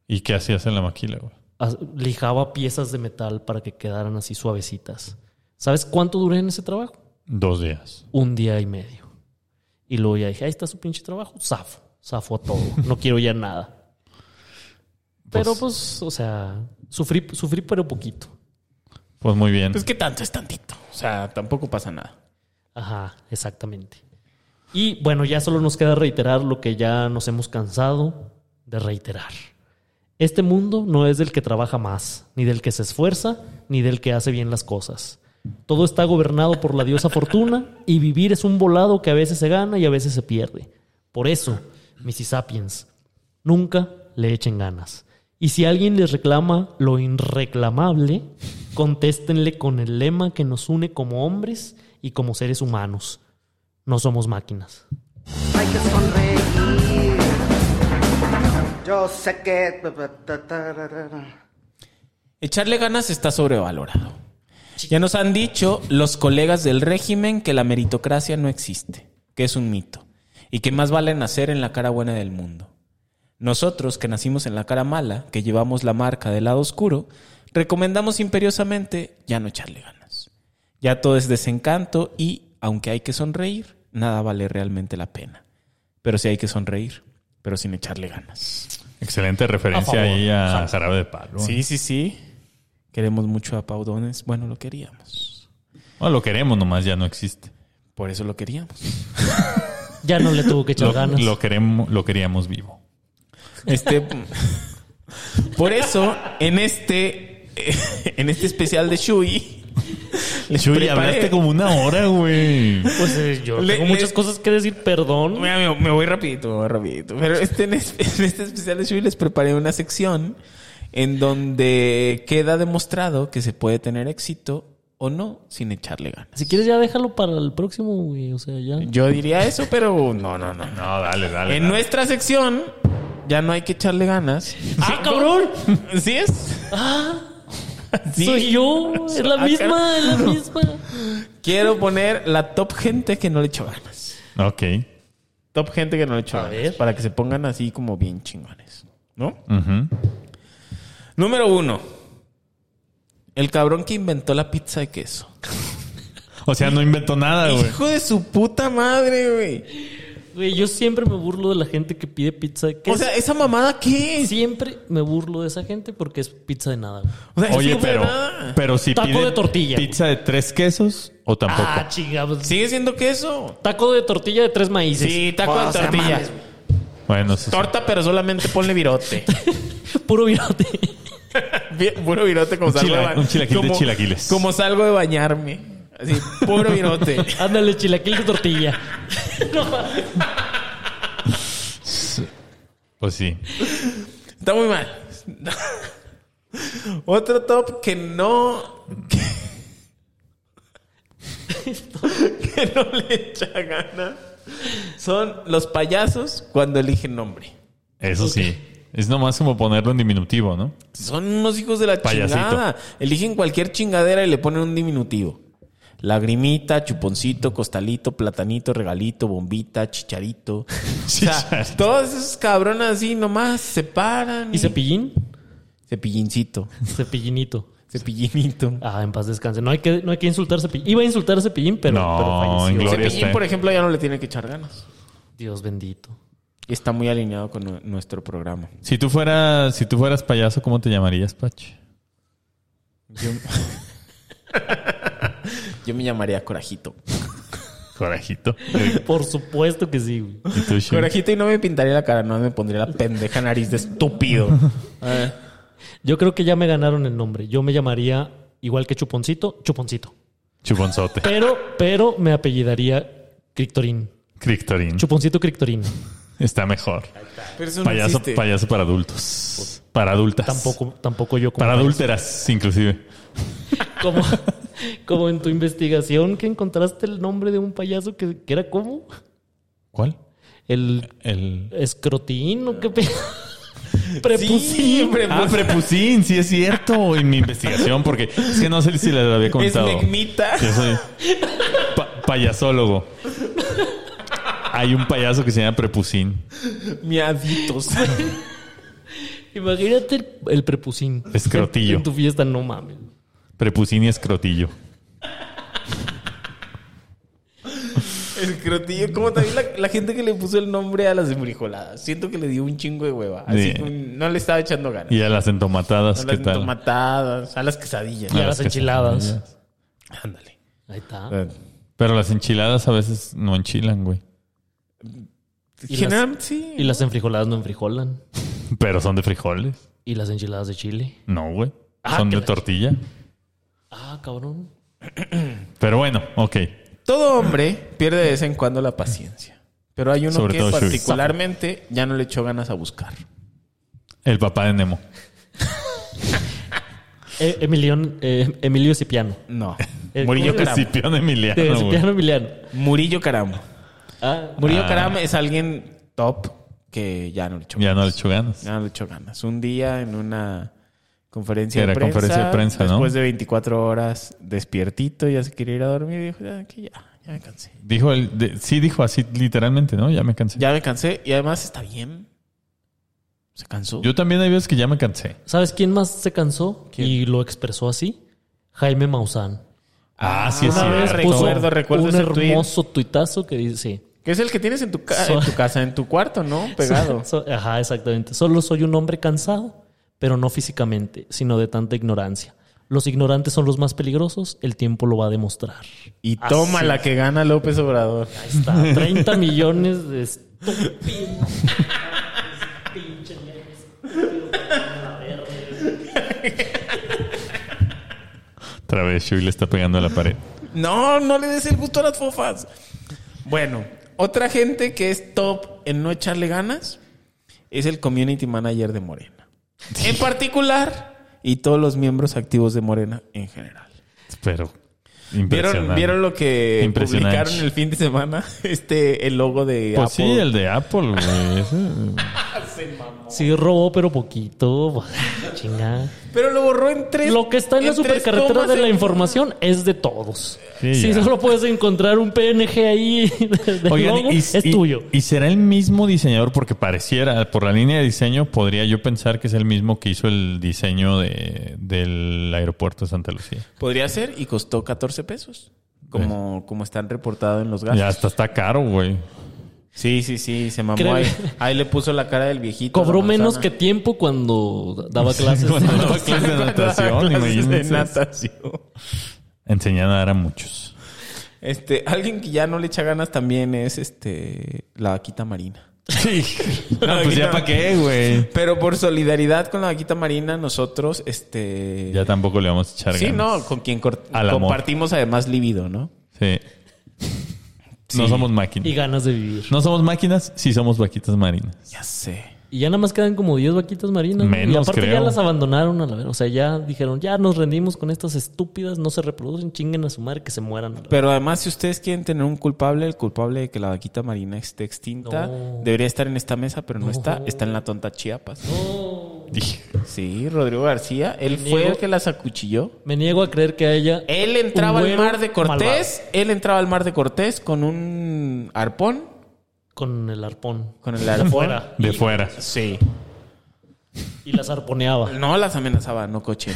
Speaker 1: ¿Y qué hacías en la maquila, güey?
Speaker 3: As- Lijaba piezas de metal para que quedaran así suavecitas. ¿Sabes cuánto duré en ese trabajo?
Speaker 1: Dos días.
Speaker 3: un día y medio. Y luego ya dije, ahí está su pinche trabajo, zafo, zafo a todo, no quiero ya nada. Pero pues, o sea, sufrí, sufrí pero poquito.
Speaker 1: Pues muy bien.
Speaker 4: Pues que tanto es tantito. O sea, tampoco pasa nada.
Speaker 3: Ajá, exactamente. Y bueno, ya solo nos queda reiterar lo que ya nos hemos cansado de reiterar. Este mundo no es del que trabaja más, ni del que se esfuerza, ni del que hace bien las cosas. Todo está gobernado por la diosa fortuna y vivir es un volado que a veces se gana y a veces se pierde. Por eso, Mrs. Sapiens, nunca le echen ganas. Y si alguien les reclama lo irreclamable, contéstenle con el lema que nos une como hombres y como seres humanos. No somos máquinas.
Speaker 5: Hay que sonreír. Yo sé que.
Speaker 4: Echarle ganas está sobrevalorado. Ya nos han dicho los colegas del régimen que la meritocracia no existe, que es un mito, y que más vale nacer en la cara buena del mundo. Nosotros, que nacimos en la cara mala, que llevamos la marca del lado oscuro, recomendamos imperiosamente ya no echarle ganas. Ya todo es desencanto y, aunque hay que sonreír, nada vale realmente la pena. Pero sí hay que sonreír, pero sin echarle ganas.
Speaker 1: Excelente referencia
Speaker 3: A favor.
Speaker 1: ahí a Jarabe de Palo.
Speaker 4: Sí, sí, sí. Queremos mucho a Paudones. Bueno, lo queríamos.
Speaker 1: No, lo queremos nomás, ya no existe.
Speaker 4: Por eso lo queríamos.
Speaker 3: Ya no le tuvo que echar
Speaker 1: Lo,
Speaker 3: ganas.
Speaker 1: lo queremos, lo queríamos vivo.
Speaker 4: Este. Por eso, en este, en este especial de Shui, les
Speaker 1: Chuy,
Speaker 4: preparé-
Speaker 1: hablaste como una hora, güey.
Speaker 3: Pues eh, yo
Speaker 4: Le-
Speaker 3: tengo
Speaker 4: le-
Speaker 3: muchas cosas que decir, perdón.
Speaker 4: Mira, me, me voy rapidito, me voy rapidito. Pero este, en, es- en este especial de Shui les preparé una sección en donde queda demostrado que se puede tener éxito o no sin echarle ganas.
Speaker 3: Si quieres ya déjalo para el próximo, güey. O sea, ya.
Speaker 4: Yo diría eso, pero no, no, no.
Speaker 1: No, dale, dale.
Speaker 4: En nuestra sección ya no hay que echarle ganas.
Speaker 3: ¡Ah, cabrón!
Speaker 4: ¿Sí es? Ah. Sí.
Speaker 3: Soy yo. Es la
Speaker 4: Ah,
Speaker 3: misma, es la misma.
Speaker 4: Quiero poner la top gente que no le echó ganas.
Speaker 1: dale. Ok.
Speaker 4: Top gente que no le echó
Speaker 3: A
Speaker 4: ganas.
Speaker 3: ver.
Speaker 4: Para que se pongan así como bien chingones. ¿No?
Speaker 1: Ujú.
Speaker 4: Número uno. El cabrón que inventó la pizza de queso.
Speaker 1: O sea, no inventó nada, güey.
Speaker 4: Hijo de su puta madre, güey.
Speaker 3: Güey, yo siempre me burlo de la gente que pide pizza de queso.
Speaker 4: O sea, ¿esa mamada qué es?
Speaker 3: siempre me burlo de esa gente porque es pizza de nada, güey.
Speaker 4: O sea, eso
Speaker 1: Oye,
Speaker 4: no fue
Speaker 1: pero,
Speaker 4: nada.
Speaker 1: pero si
Speaker 3: Taco
Speaker 1: piden
Speaker 3: de tortilla.
Speaker 1: pizza de tres quesos o tampoco.
Speaker 3: Ah, chingados.
Speaker 4: Sigue siendo queso.
Speaker 3: Taco de tortilla de tres maíces.
Speaker 4: Sí, taco
Speaker 3: O
Speaker 4: de
Speaker 3: sea,
Speaker 4: tortilla.
Speaker 3: mames,
Speaker 1: bueno, eso sí.
Speaker 4: Torta, pero solamente ponle virote.
Speaker 3: Puro virote.
Speaker 4: Bien, puro virote como
Speaker 1: Un
Speaker 4: salgo
Speaker 1: chila-
Speaker 4: de ba-
Speaker 1: un chilaquil de
Speaker 4: como-
Speaker 1: chilaquiles.
Speaker 4: Como salgo de bañarme. Así, puro virote.
Speaker 3: Ándale, chilaquil de tortilla. No mames.
Speaker 1: Pues sí.
Speaker 4: Está muy mal. Otro top que no. Que, que no le echa gana. Son los payasos cuando eligen nombre.
Speaker 1: Eso sí. Es nomás como ponerlo en diminutivo, ¿no?
Speaker 4: Son unos hijos de la
Speaker 1: Payasito.
Speaker 4: chingada. Eligen cualquier chingadera y le ponen un diminutivo. Lagrimita, chuponcito, costalito, platanito, regalito, bombita, chicharito. O sea,
Speaker 1: Chicharito.
Speaker 4: todos esos cabrones así nomás se paran.
Speaker 3: ¿Y cepillín?
Speaker 4: Cepillincito.
Speaker 3: Cepillinito.
Speaker 4: Cepillinito.
Speaker 3: Ah, en paz descanse. No hay que, no hay que insultar a Cepillín. Iba a insultar a Cepillín, pero,
Speaker 1: No,
Speaker 3: pero falleció.
Speaker 1: en gloria.
Speaker 4: Cepillín,
Speaker 1: está.
Speaker 4: por ejemplo, ya no le tiene que echar ganas.
Speaker 3: Dios bendito.
Speaker 4: Y está muy alineado con nu- nuestro programa.
Speaker 1: Si tú fueras, si tú fueras payaso, ¿cómo te llamarías, Pach?
Speaker 4: Yo, Yo me llamaría Corajito.
Speaker 1: Corajito.
Speaker 3: Por supuesto que sí, güey.
Speaker 1: ¿Y tú, Shin?
Speaker 4: Corajito y no me pintaría la cara, no me pondría la pendeja nariz de estúpido. Eh,
Speaker 3: Yo creo que ya me ganaron el nombre. Yo me llamaría, igual que Chuponcito, Chuponcito.
Speaker 1: Chuponzote.
Speaker 3: Pero, pero me apellidaría Crictorín.
Speaker 1: Crictorín.
Speaker 3: Chuponcito Crictorín.
Speaker 1: Está mejor.
Speaker 4: pero eso no
Speaker 1: Payaso,
Speaker 4: existe.
Speaker 1: payaso para adultos. Para adultas.
Speaker 3: Tampoco, tampoco yo como.
Speaker 1: Para adúlteras, inclusive.
Speaker 3: Como, como en tu investigación que encontraste el nombre de un payaso que, que era como
Speaker 1: ¿Cuál?
Speaker 3: el
Speaker 1: El.
Speaker 3: escrotín o qué pe...
Speaker 4: Sí, pues,
Speaker 3: Prepusín.
Speaker 1: Ah,
Speaker 4: prepus-
Speaker 1: prepusín, sí es cierto. En mi investigación, porque es que no sé si les había
Speaker 4: es
Speaker 1: comentado.
Speaker 4: megmita.
Speaker 1: Yo soy pa- payasólogo. Hay un payaso que se llama Prepusín.
Speaker 4: Miaditos.
Speaker 3: Imagínate el, el prepusín.
Speaker 1: Escrotillo.
Speaker 3: En, en tu fiesta, no mames.
Speaker 1: Prepusín y escrotillo.
Speaker 4: El crotillo. Como también la, la gente que le puso el nombre a las embrijoladas. Siento que le dio un chingo de hueva. Así
Speaker 1: Sí.
Speaker 4: que no le estaba echando ganas.
Speaker 1: Y a las entomatadas,
Speaker 4: a
Speaker 1: ¿qué
Speaker 4: las
Speaker 1: tal?
Speaker 4: tomatadas, a las quesadillas.
Speaker 3: Y a
Speaker 1: Ah,
Speaker 3: las
Speaker 1: es que sí.
Speaker 3: enchiladas.
Speaker 4: Ándale.
Speaker 3: Ahí está.
Speaker 1: Eh. Pero las enchiladas a veces no enchilan, güey.
Speaker 3: Y
Speaker 4: Generalmente sí.
Speaker 3: Y las enfrijoladas no enfrijolan.
Speaker 1: Pero son de frijoles.
Speaker 3: Y las enchiladas de chile.
Speaker 1: No, güey.
Speaker 3: Ah,
Speaker 1: son
Speaker 3: que
Speaker 1: de
Speaker 3: la-
Speaker 1: tortilla.
Speaker 3: Ah, cabrón.
Speaker 1: Pero bueno, ok.
Speaker 4: Todo hombre pierde de vez en cuando la paciencia. Pero hay uno
Speaker 1: Sobre
Speaker 4: que
Speaker 1: todo Shui.
Speaker 4: particularmente ya no le echó ganas a buscar.
Speaker 1: El papá de Nemo.
Speaker 3: Eh, Emilión, eh, Emilio Cipiano.
Speaker 4: No.
Speaker 3: El-
Speaker 4: Murillo
Speaker 3: ¿cómo era?
Speaker 4: Caram.
Speaker 1: Escipión Emiliano,
Speaker 3: De
Speaker 1: güey.
Speaker 3: Cipiano Emiliano.
Speaker 4: Murillo Caram.
Speaker 3: Ah,
Speaker 4: Murillo
Speaker 1: Ah.
Speaker 4: Caram es alguien top que ya no le echó
Speaker 1: Ya
Speaker 4: ganas.
Speaker 1: no le echó ganas.
Speaker 4: Ya no le echó ganas. Un día en una conferencia
Speaker 1: Era
Speaker 4: de prensa.
Speaker 1: conferencia de prensa, ¿no?
Speaker 4: Después de 24 horas despiertito, ya se quería ir a dormir y dijo, ya, que ya, ya me cansé.
Speaker 1: Dijo el, de- sí dijo así literalmente, ¿no? Ya me cansé.
Speaker 4: Este, Ya me cansé y además está bien. Se cansó.
Speaker 1: Yo también hay veces que ya me cansé.
Speaker 3: ¿Sabes quién más se cansó y lo expresó así? Jaime Maussan.
Speaker 1: Ah, sí es
Speaker 4: una vez
Speaker 1: cierto.
Speaker 4: recuerdo- recuerdo
Speaker 3: un
Speaker 4: ese tuit.
Speaker 3: hermoso tuitazo que dice, sí.
Speaker 4: Que es el que tienes en tu, ca-
Speaker 3: So-
Speaker 4: en tu casa, en tu cuarto, ¿no? Pegado.
Speaker 3: So- ajá, exactamente. Solo soy un hombre cansado, pero no físicamente, sino de tanta ignorancia. Los ignorantes son los más peligrosos, el tiempo lo va a demostrar.
Speaker 1: Ah,
Speaker 4: Y toma la que gana López Obrador.
Speaker 3: Ahí está, 30 millones de estúpidos. Pinche leyes. Estúpido, la verga.
Speaker 1: Otra vez Shui le está pegando a la pared.
Speaker 4: No, no le des el gusto a las fofas. Bueno, otra gente que es top en no echarle ganas es el community manager de Morena. En particular, y todos los miembros activos de Morena en general.
Speaker 1: Pero
Speaker 4: ¿Vieron,
Speaker 1: impresionante.
Speaker 4: ¿Vieron lo que
Speaker 1: Impresionante.
Speaker 4: publicaron el fin de semana? Este, el logo de
Speaker 1: Pues
Speaker 4: Apple.
Speaker 1: sí, el de Apple, güey. Ese-
Speaker 3: Sí, robó, pero poquito. Chinga.
Speaker 4: Pero lo borró en tres.
Speaker 3: Lo que está en la
Speaker 4: tres
Speaker 3: supercarretera
Speaker 4: comas
Speaker 3: de la
Speaker 4: en-
Speaker 3: información es de todos.
Speaker 1: Sí,
Speaker 3: si
Speaker 1: ya.
Speaker 3: solo puedes encontrar un PNG ahí de, de
Speaker 1: Oigan,
Speaker 3: logo,
Speaker 1: y-
Speaker 3: es
Speaker 1: y-
Speaker 3: tuyo.
Speaker 1: Y será el mismo diseñador, porque pareciera, por la línea de diseño, podría yo pensar que es el mismo que hizo el diseño de, del aeropuerto de Santa Lucía.
Speaker 4: Podría ser y costó 14 pesos. Como, como están reportados en los gastos.
Speaker 1: Pues. Ya hasta está caro, güey.
Speaker 4: Sí, sí, sí, se mamó
Speaker 3: Creo-
Speaker 4: ahí. Ahí le puso la cara del viejito.
Speaker 3: Cobró
Speaker 4: la manzana.
Speaker 3: menos que tiempo cuando daba clases.
Speaker 1: Cuando daba clases de natación,
Speaker 4: Clases de
Speaker 1: imagínense.
Speaker 4: natación.
Speaker 1: Enseñan a dar a muchos.
Speaker 4: Este, alguien que ya no le echa ganas también es este la vaquita marina.
Speaker 1: Sí. No, pues ya para qué, güey.
Speaker 4: Pero por solidaridad con la vaquita marina, nosotros, este.
Speaker 1: Ya tampoco le vamos a echar
Speaker 4: sí,
Speaker 1: ganas.
Speaker 4: no, con quien cor-
Speaker 1: Al amor.
Speaker 4: compartimos además libido, ¿no?
Speaker 1: Sí. No
Speaker 4: Sí.
Speaker 1: somos
Speaker 3: y
Speaker 1: máquinas.
Speaker 3: ganas de vivir.
Speaker 1: No somos máquinas, sí somos vaquitas marinas.
Speaker 4: Ya sé.
Speaker 3: Y ya nada más quedan como 10 vaquitas marinas. ¿no?
Speaker 1: Menos,
Speaker 3: y aparte
Speaker 1: creo.
Speaker 3: ya las abandonaron a la vez. O sea, ya dijeron, ya nos rendimos con estas estúpidas, no se reproducen, chinguen a su madre que se mueran. a la
Speaker 4: Pero además, si ustedes quieren tener un culpable, el culpable de que la vaquita marina esté extinta
Speaker 3: No.
Speaker 4: debería estar en esta mesa, pero no, está. Está en la tonta Chiapas. Sí, Rodrigo García. Él
Speaker 3: Me
Speaker 4: fue
Speaker 3: niego.
Speaker 4: el que las acuchilló.
Speaker 3: Me niego a creer que a ella.
Speaker 4: Él
Speaker 3: un
Speaker 4: entraba al
Speaker 3: güero
Speaker 4: mar de Cortés.
Speaker 3: malvado.
Speaker 4: Él entraba al mar de Cortés con un arpón.
Speaker 3: con el arpón.
Speaker 4: Con el arpón.
Speaker 3: Fuera.
Speaker 1: De fuera.
Speaker 4: Sí.
Speaker 3: Y las arponeaba.
Speaker 4: No las amenazaba, no cochen.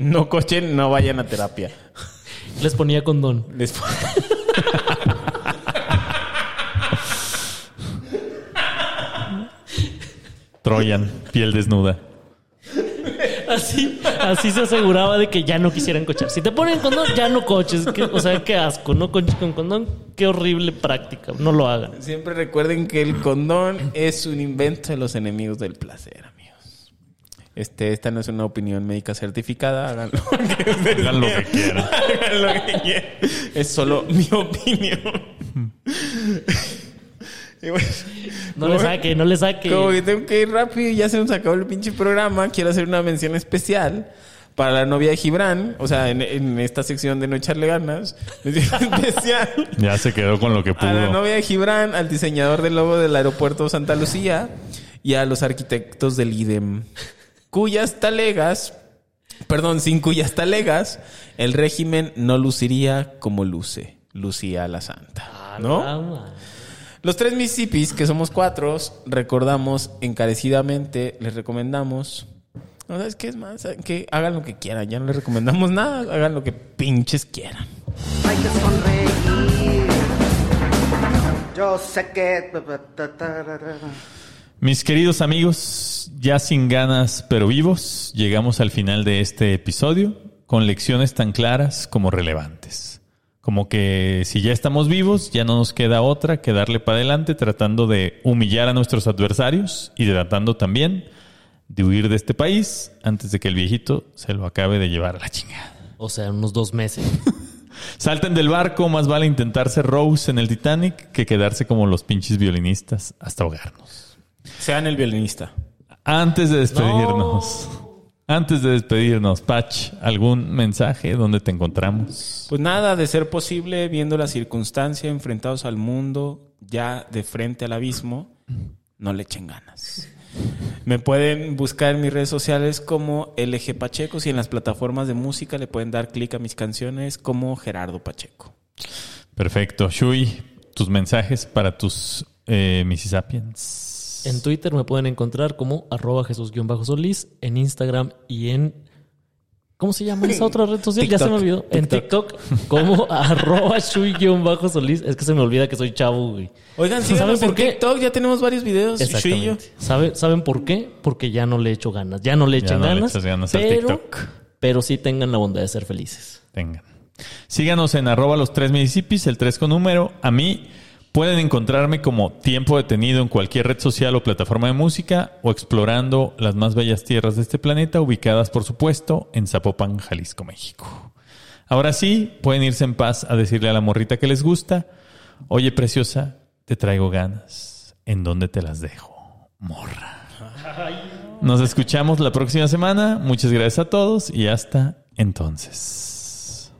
Speaker 4: No cochen, no vayan a terapia.
Speaker 3: Les ponía condón.
Speaker 4: Les-
Speaker 1: Troyan, piel desnuda.
Speaker 3: Así, así se aseguraba de que ya no quisieran cochar. Si te ponen condón, ya no coches. Que- o sea, qué asco. No coches con condón. Qué horrible práctica. No lo hagan.
Speaker 4: Siempre recuerden que el condón es un invento de los enemigos del placer, amigos. Este, esta no es una opinión médica certificada. Háganlo.
Speaker 1: Hagan lo que quieran.
Speaker 4: Hagan lo que quieran. Es solo mi opinión. Y bueno,
Speaker 3: No le saque, no le saque.
Speaker 4: Como que tengo que ir rápido y ya se nos acabó el pinche programa. Quiero hacer una mención especial para la novia de Gibran. O sea, en, en esta sección de no echarle ganas. Mención especial
Speaker 1: Ya se quedó con lo que
Speaker 4: a la
Speaker 1: pudo.
Speaker 4: novia de Gibran, al diseñador del logo del aeropuerto Santa Lucía y a los arquitectos del IDEM, cuyas talegas, perdón, sin cuyas talegas, el régimen no luciría como luce Lucía la Santa. ¿No?
Speaker 3: Caramba.
Speaker 4: Los tres Mississippis, que somos cuatro, recordamos encarecidamente, les recomendamos. No sabes qué es más, ¿Saben qué? hagan lo que quieran, ya no les recomendamos nada, hagan lo que pinches quieran.
Speaker 5: Hay que sonreír. Yo sé que.
Speaker 1: Mis queridos amigos, ya sin ganas pero vivos, llegamos al final de este episodio con lecciones tan claras como relevantes. Como que si ya estamos vivos, ya no nos queda otra que darle para adelante tratando de humillar a nuestros adversarios y tratando también de huir de este país antes de que el viejito se lo acabe de llevar a la chingada.
Speaker 3: O sea, unos dos meses.
Speaker 1: Salten del barco, más vale intentarse Rose en el Titanic que quedarse como los pinches violinistas hasta ahogarnos.
Speaker 4: Sean el violinista.
Speaker 1: Antes de despedirnos, antes de despedirnos, Patch, ¿algún mensaje donde te encontramos?
Speaker 4: Pues nada, de ser posible, viendo la circunstancia, enfrentados al mundo, ya de frente al abismo, no le echen ganas. Me pueden buscar en mis redes sociales como LG Pacheco, si en las plataformas de música le pueden dar clic a mis canciones como Gerardo Pacheco.
Speaker 1: Perfecto. Shui, tus mensajes para tus eh, Mississippians.
Speaker 3: En Twitter me pueden encontrar como arroba Jesús-Solís, en Instagram y en... ¿Cómo se llama esa otra red social? Ya se me
Speaker 4: TikTok.
Speaker 3: olvidó. En TikTok como arroba Shui-Solís. Es que se me olvida que soy chavo, güey.
Speaker 4: Oigan,
Speaker 3: ¿Saben
Speaker 4: síganos en
Speaker 3: por qué?
Speaker 4: TikTok, ya tenemos varios videos. Shui y yo.
Speaker 3: Exactamente. ¿Sabe- ¿Saben por qué? Porque ya no le echo ganas. Ya no le
Speaker 1: Ya
Speaker 3: echan
Speaker 1: no le
Speaker 3: ganas.
Speaker 1: echas ganas al
Speaker 3: pero,
Speaker 1: TikTok.
Speaker 3: pero sí tengan la bondad de ser felices.
Speaker 1: Tengan. Síganos en arroba los tres municipios, el tres con número. A mí, Pueden encontrarme como tiempo detenido en cualquier red social o plataforma de música o explorando las más bellas tierras de este planeta, ubicadas por supuesto en Zapopan, Jalisco, México. Ahora sí, pueden irse en paz a decirle a la morrita que les gusta, oye preciosa, te traigo ganas, ¿en dónde te las dejo? Morra. Nos escuchamos la próxima semana, muchas gracias a todos y hasta entonces.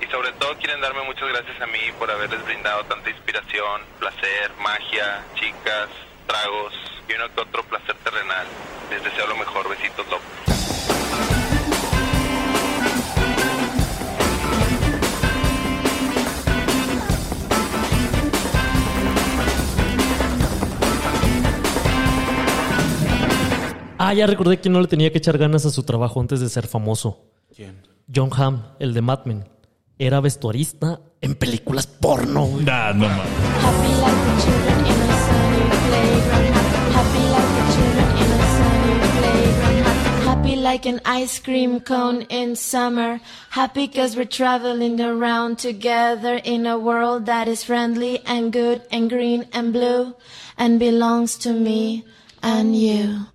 Speaker 2: Y sobre todo quieren darme muchas gracias a mí por haberles brindado tanta inspiración, placer, magia, chicas, tragos y uno que otro placer terrenal. Les deseo lo mejor. Besitos, López.
Speaker 3: Ah, ya recordé que no le tenía que echar ganas a su trabajo antes de ser famoso.
Speaker 4: ¿Quién?
Speaker 3: John Hamm, el de Mad Men, era vestuarista en películas porno. güey.
Speaker 1: Nah, no mames.
Speaker 6: Happy like the children in a sunny playground. Happy like the children in a sunny playground. Happy like an ice cream cone in summer. Happy cause we're traveling around together in a world that is friendly and good and green and blue and belongs to me and you.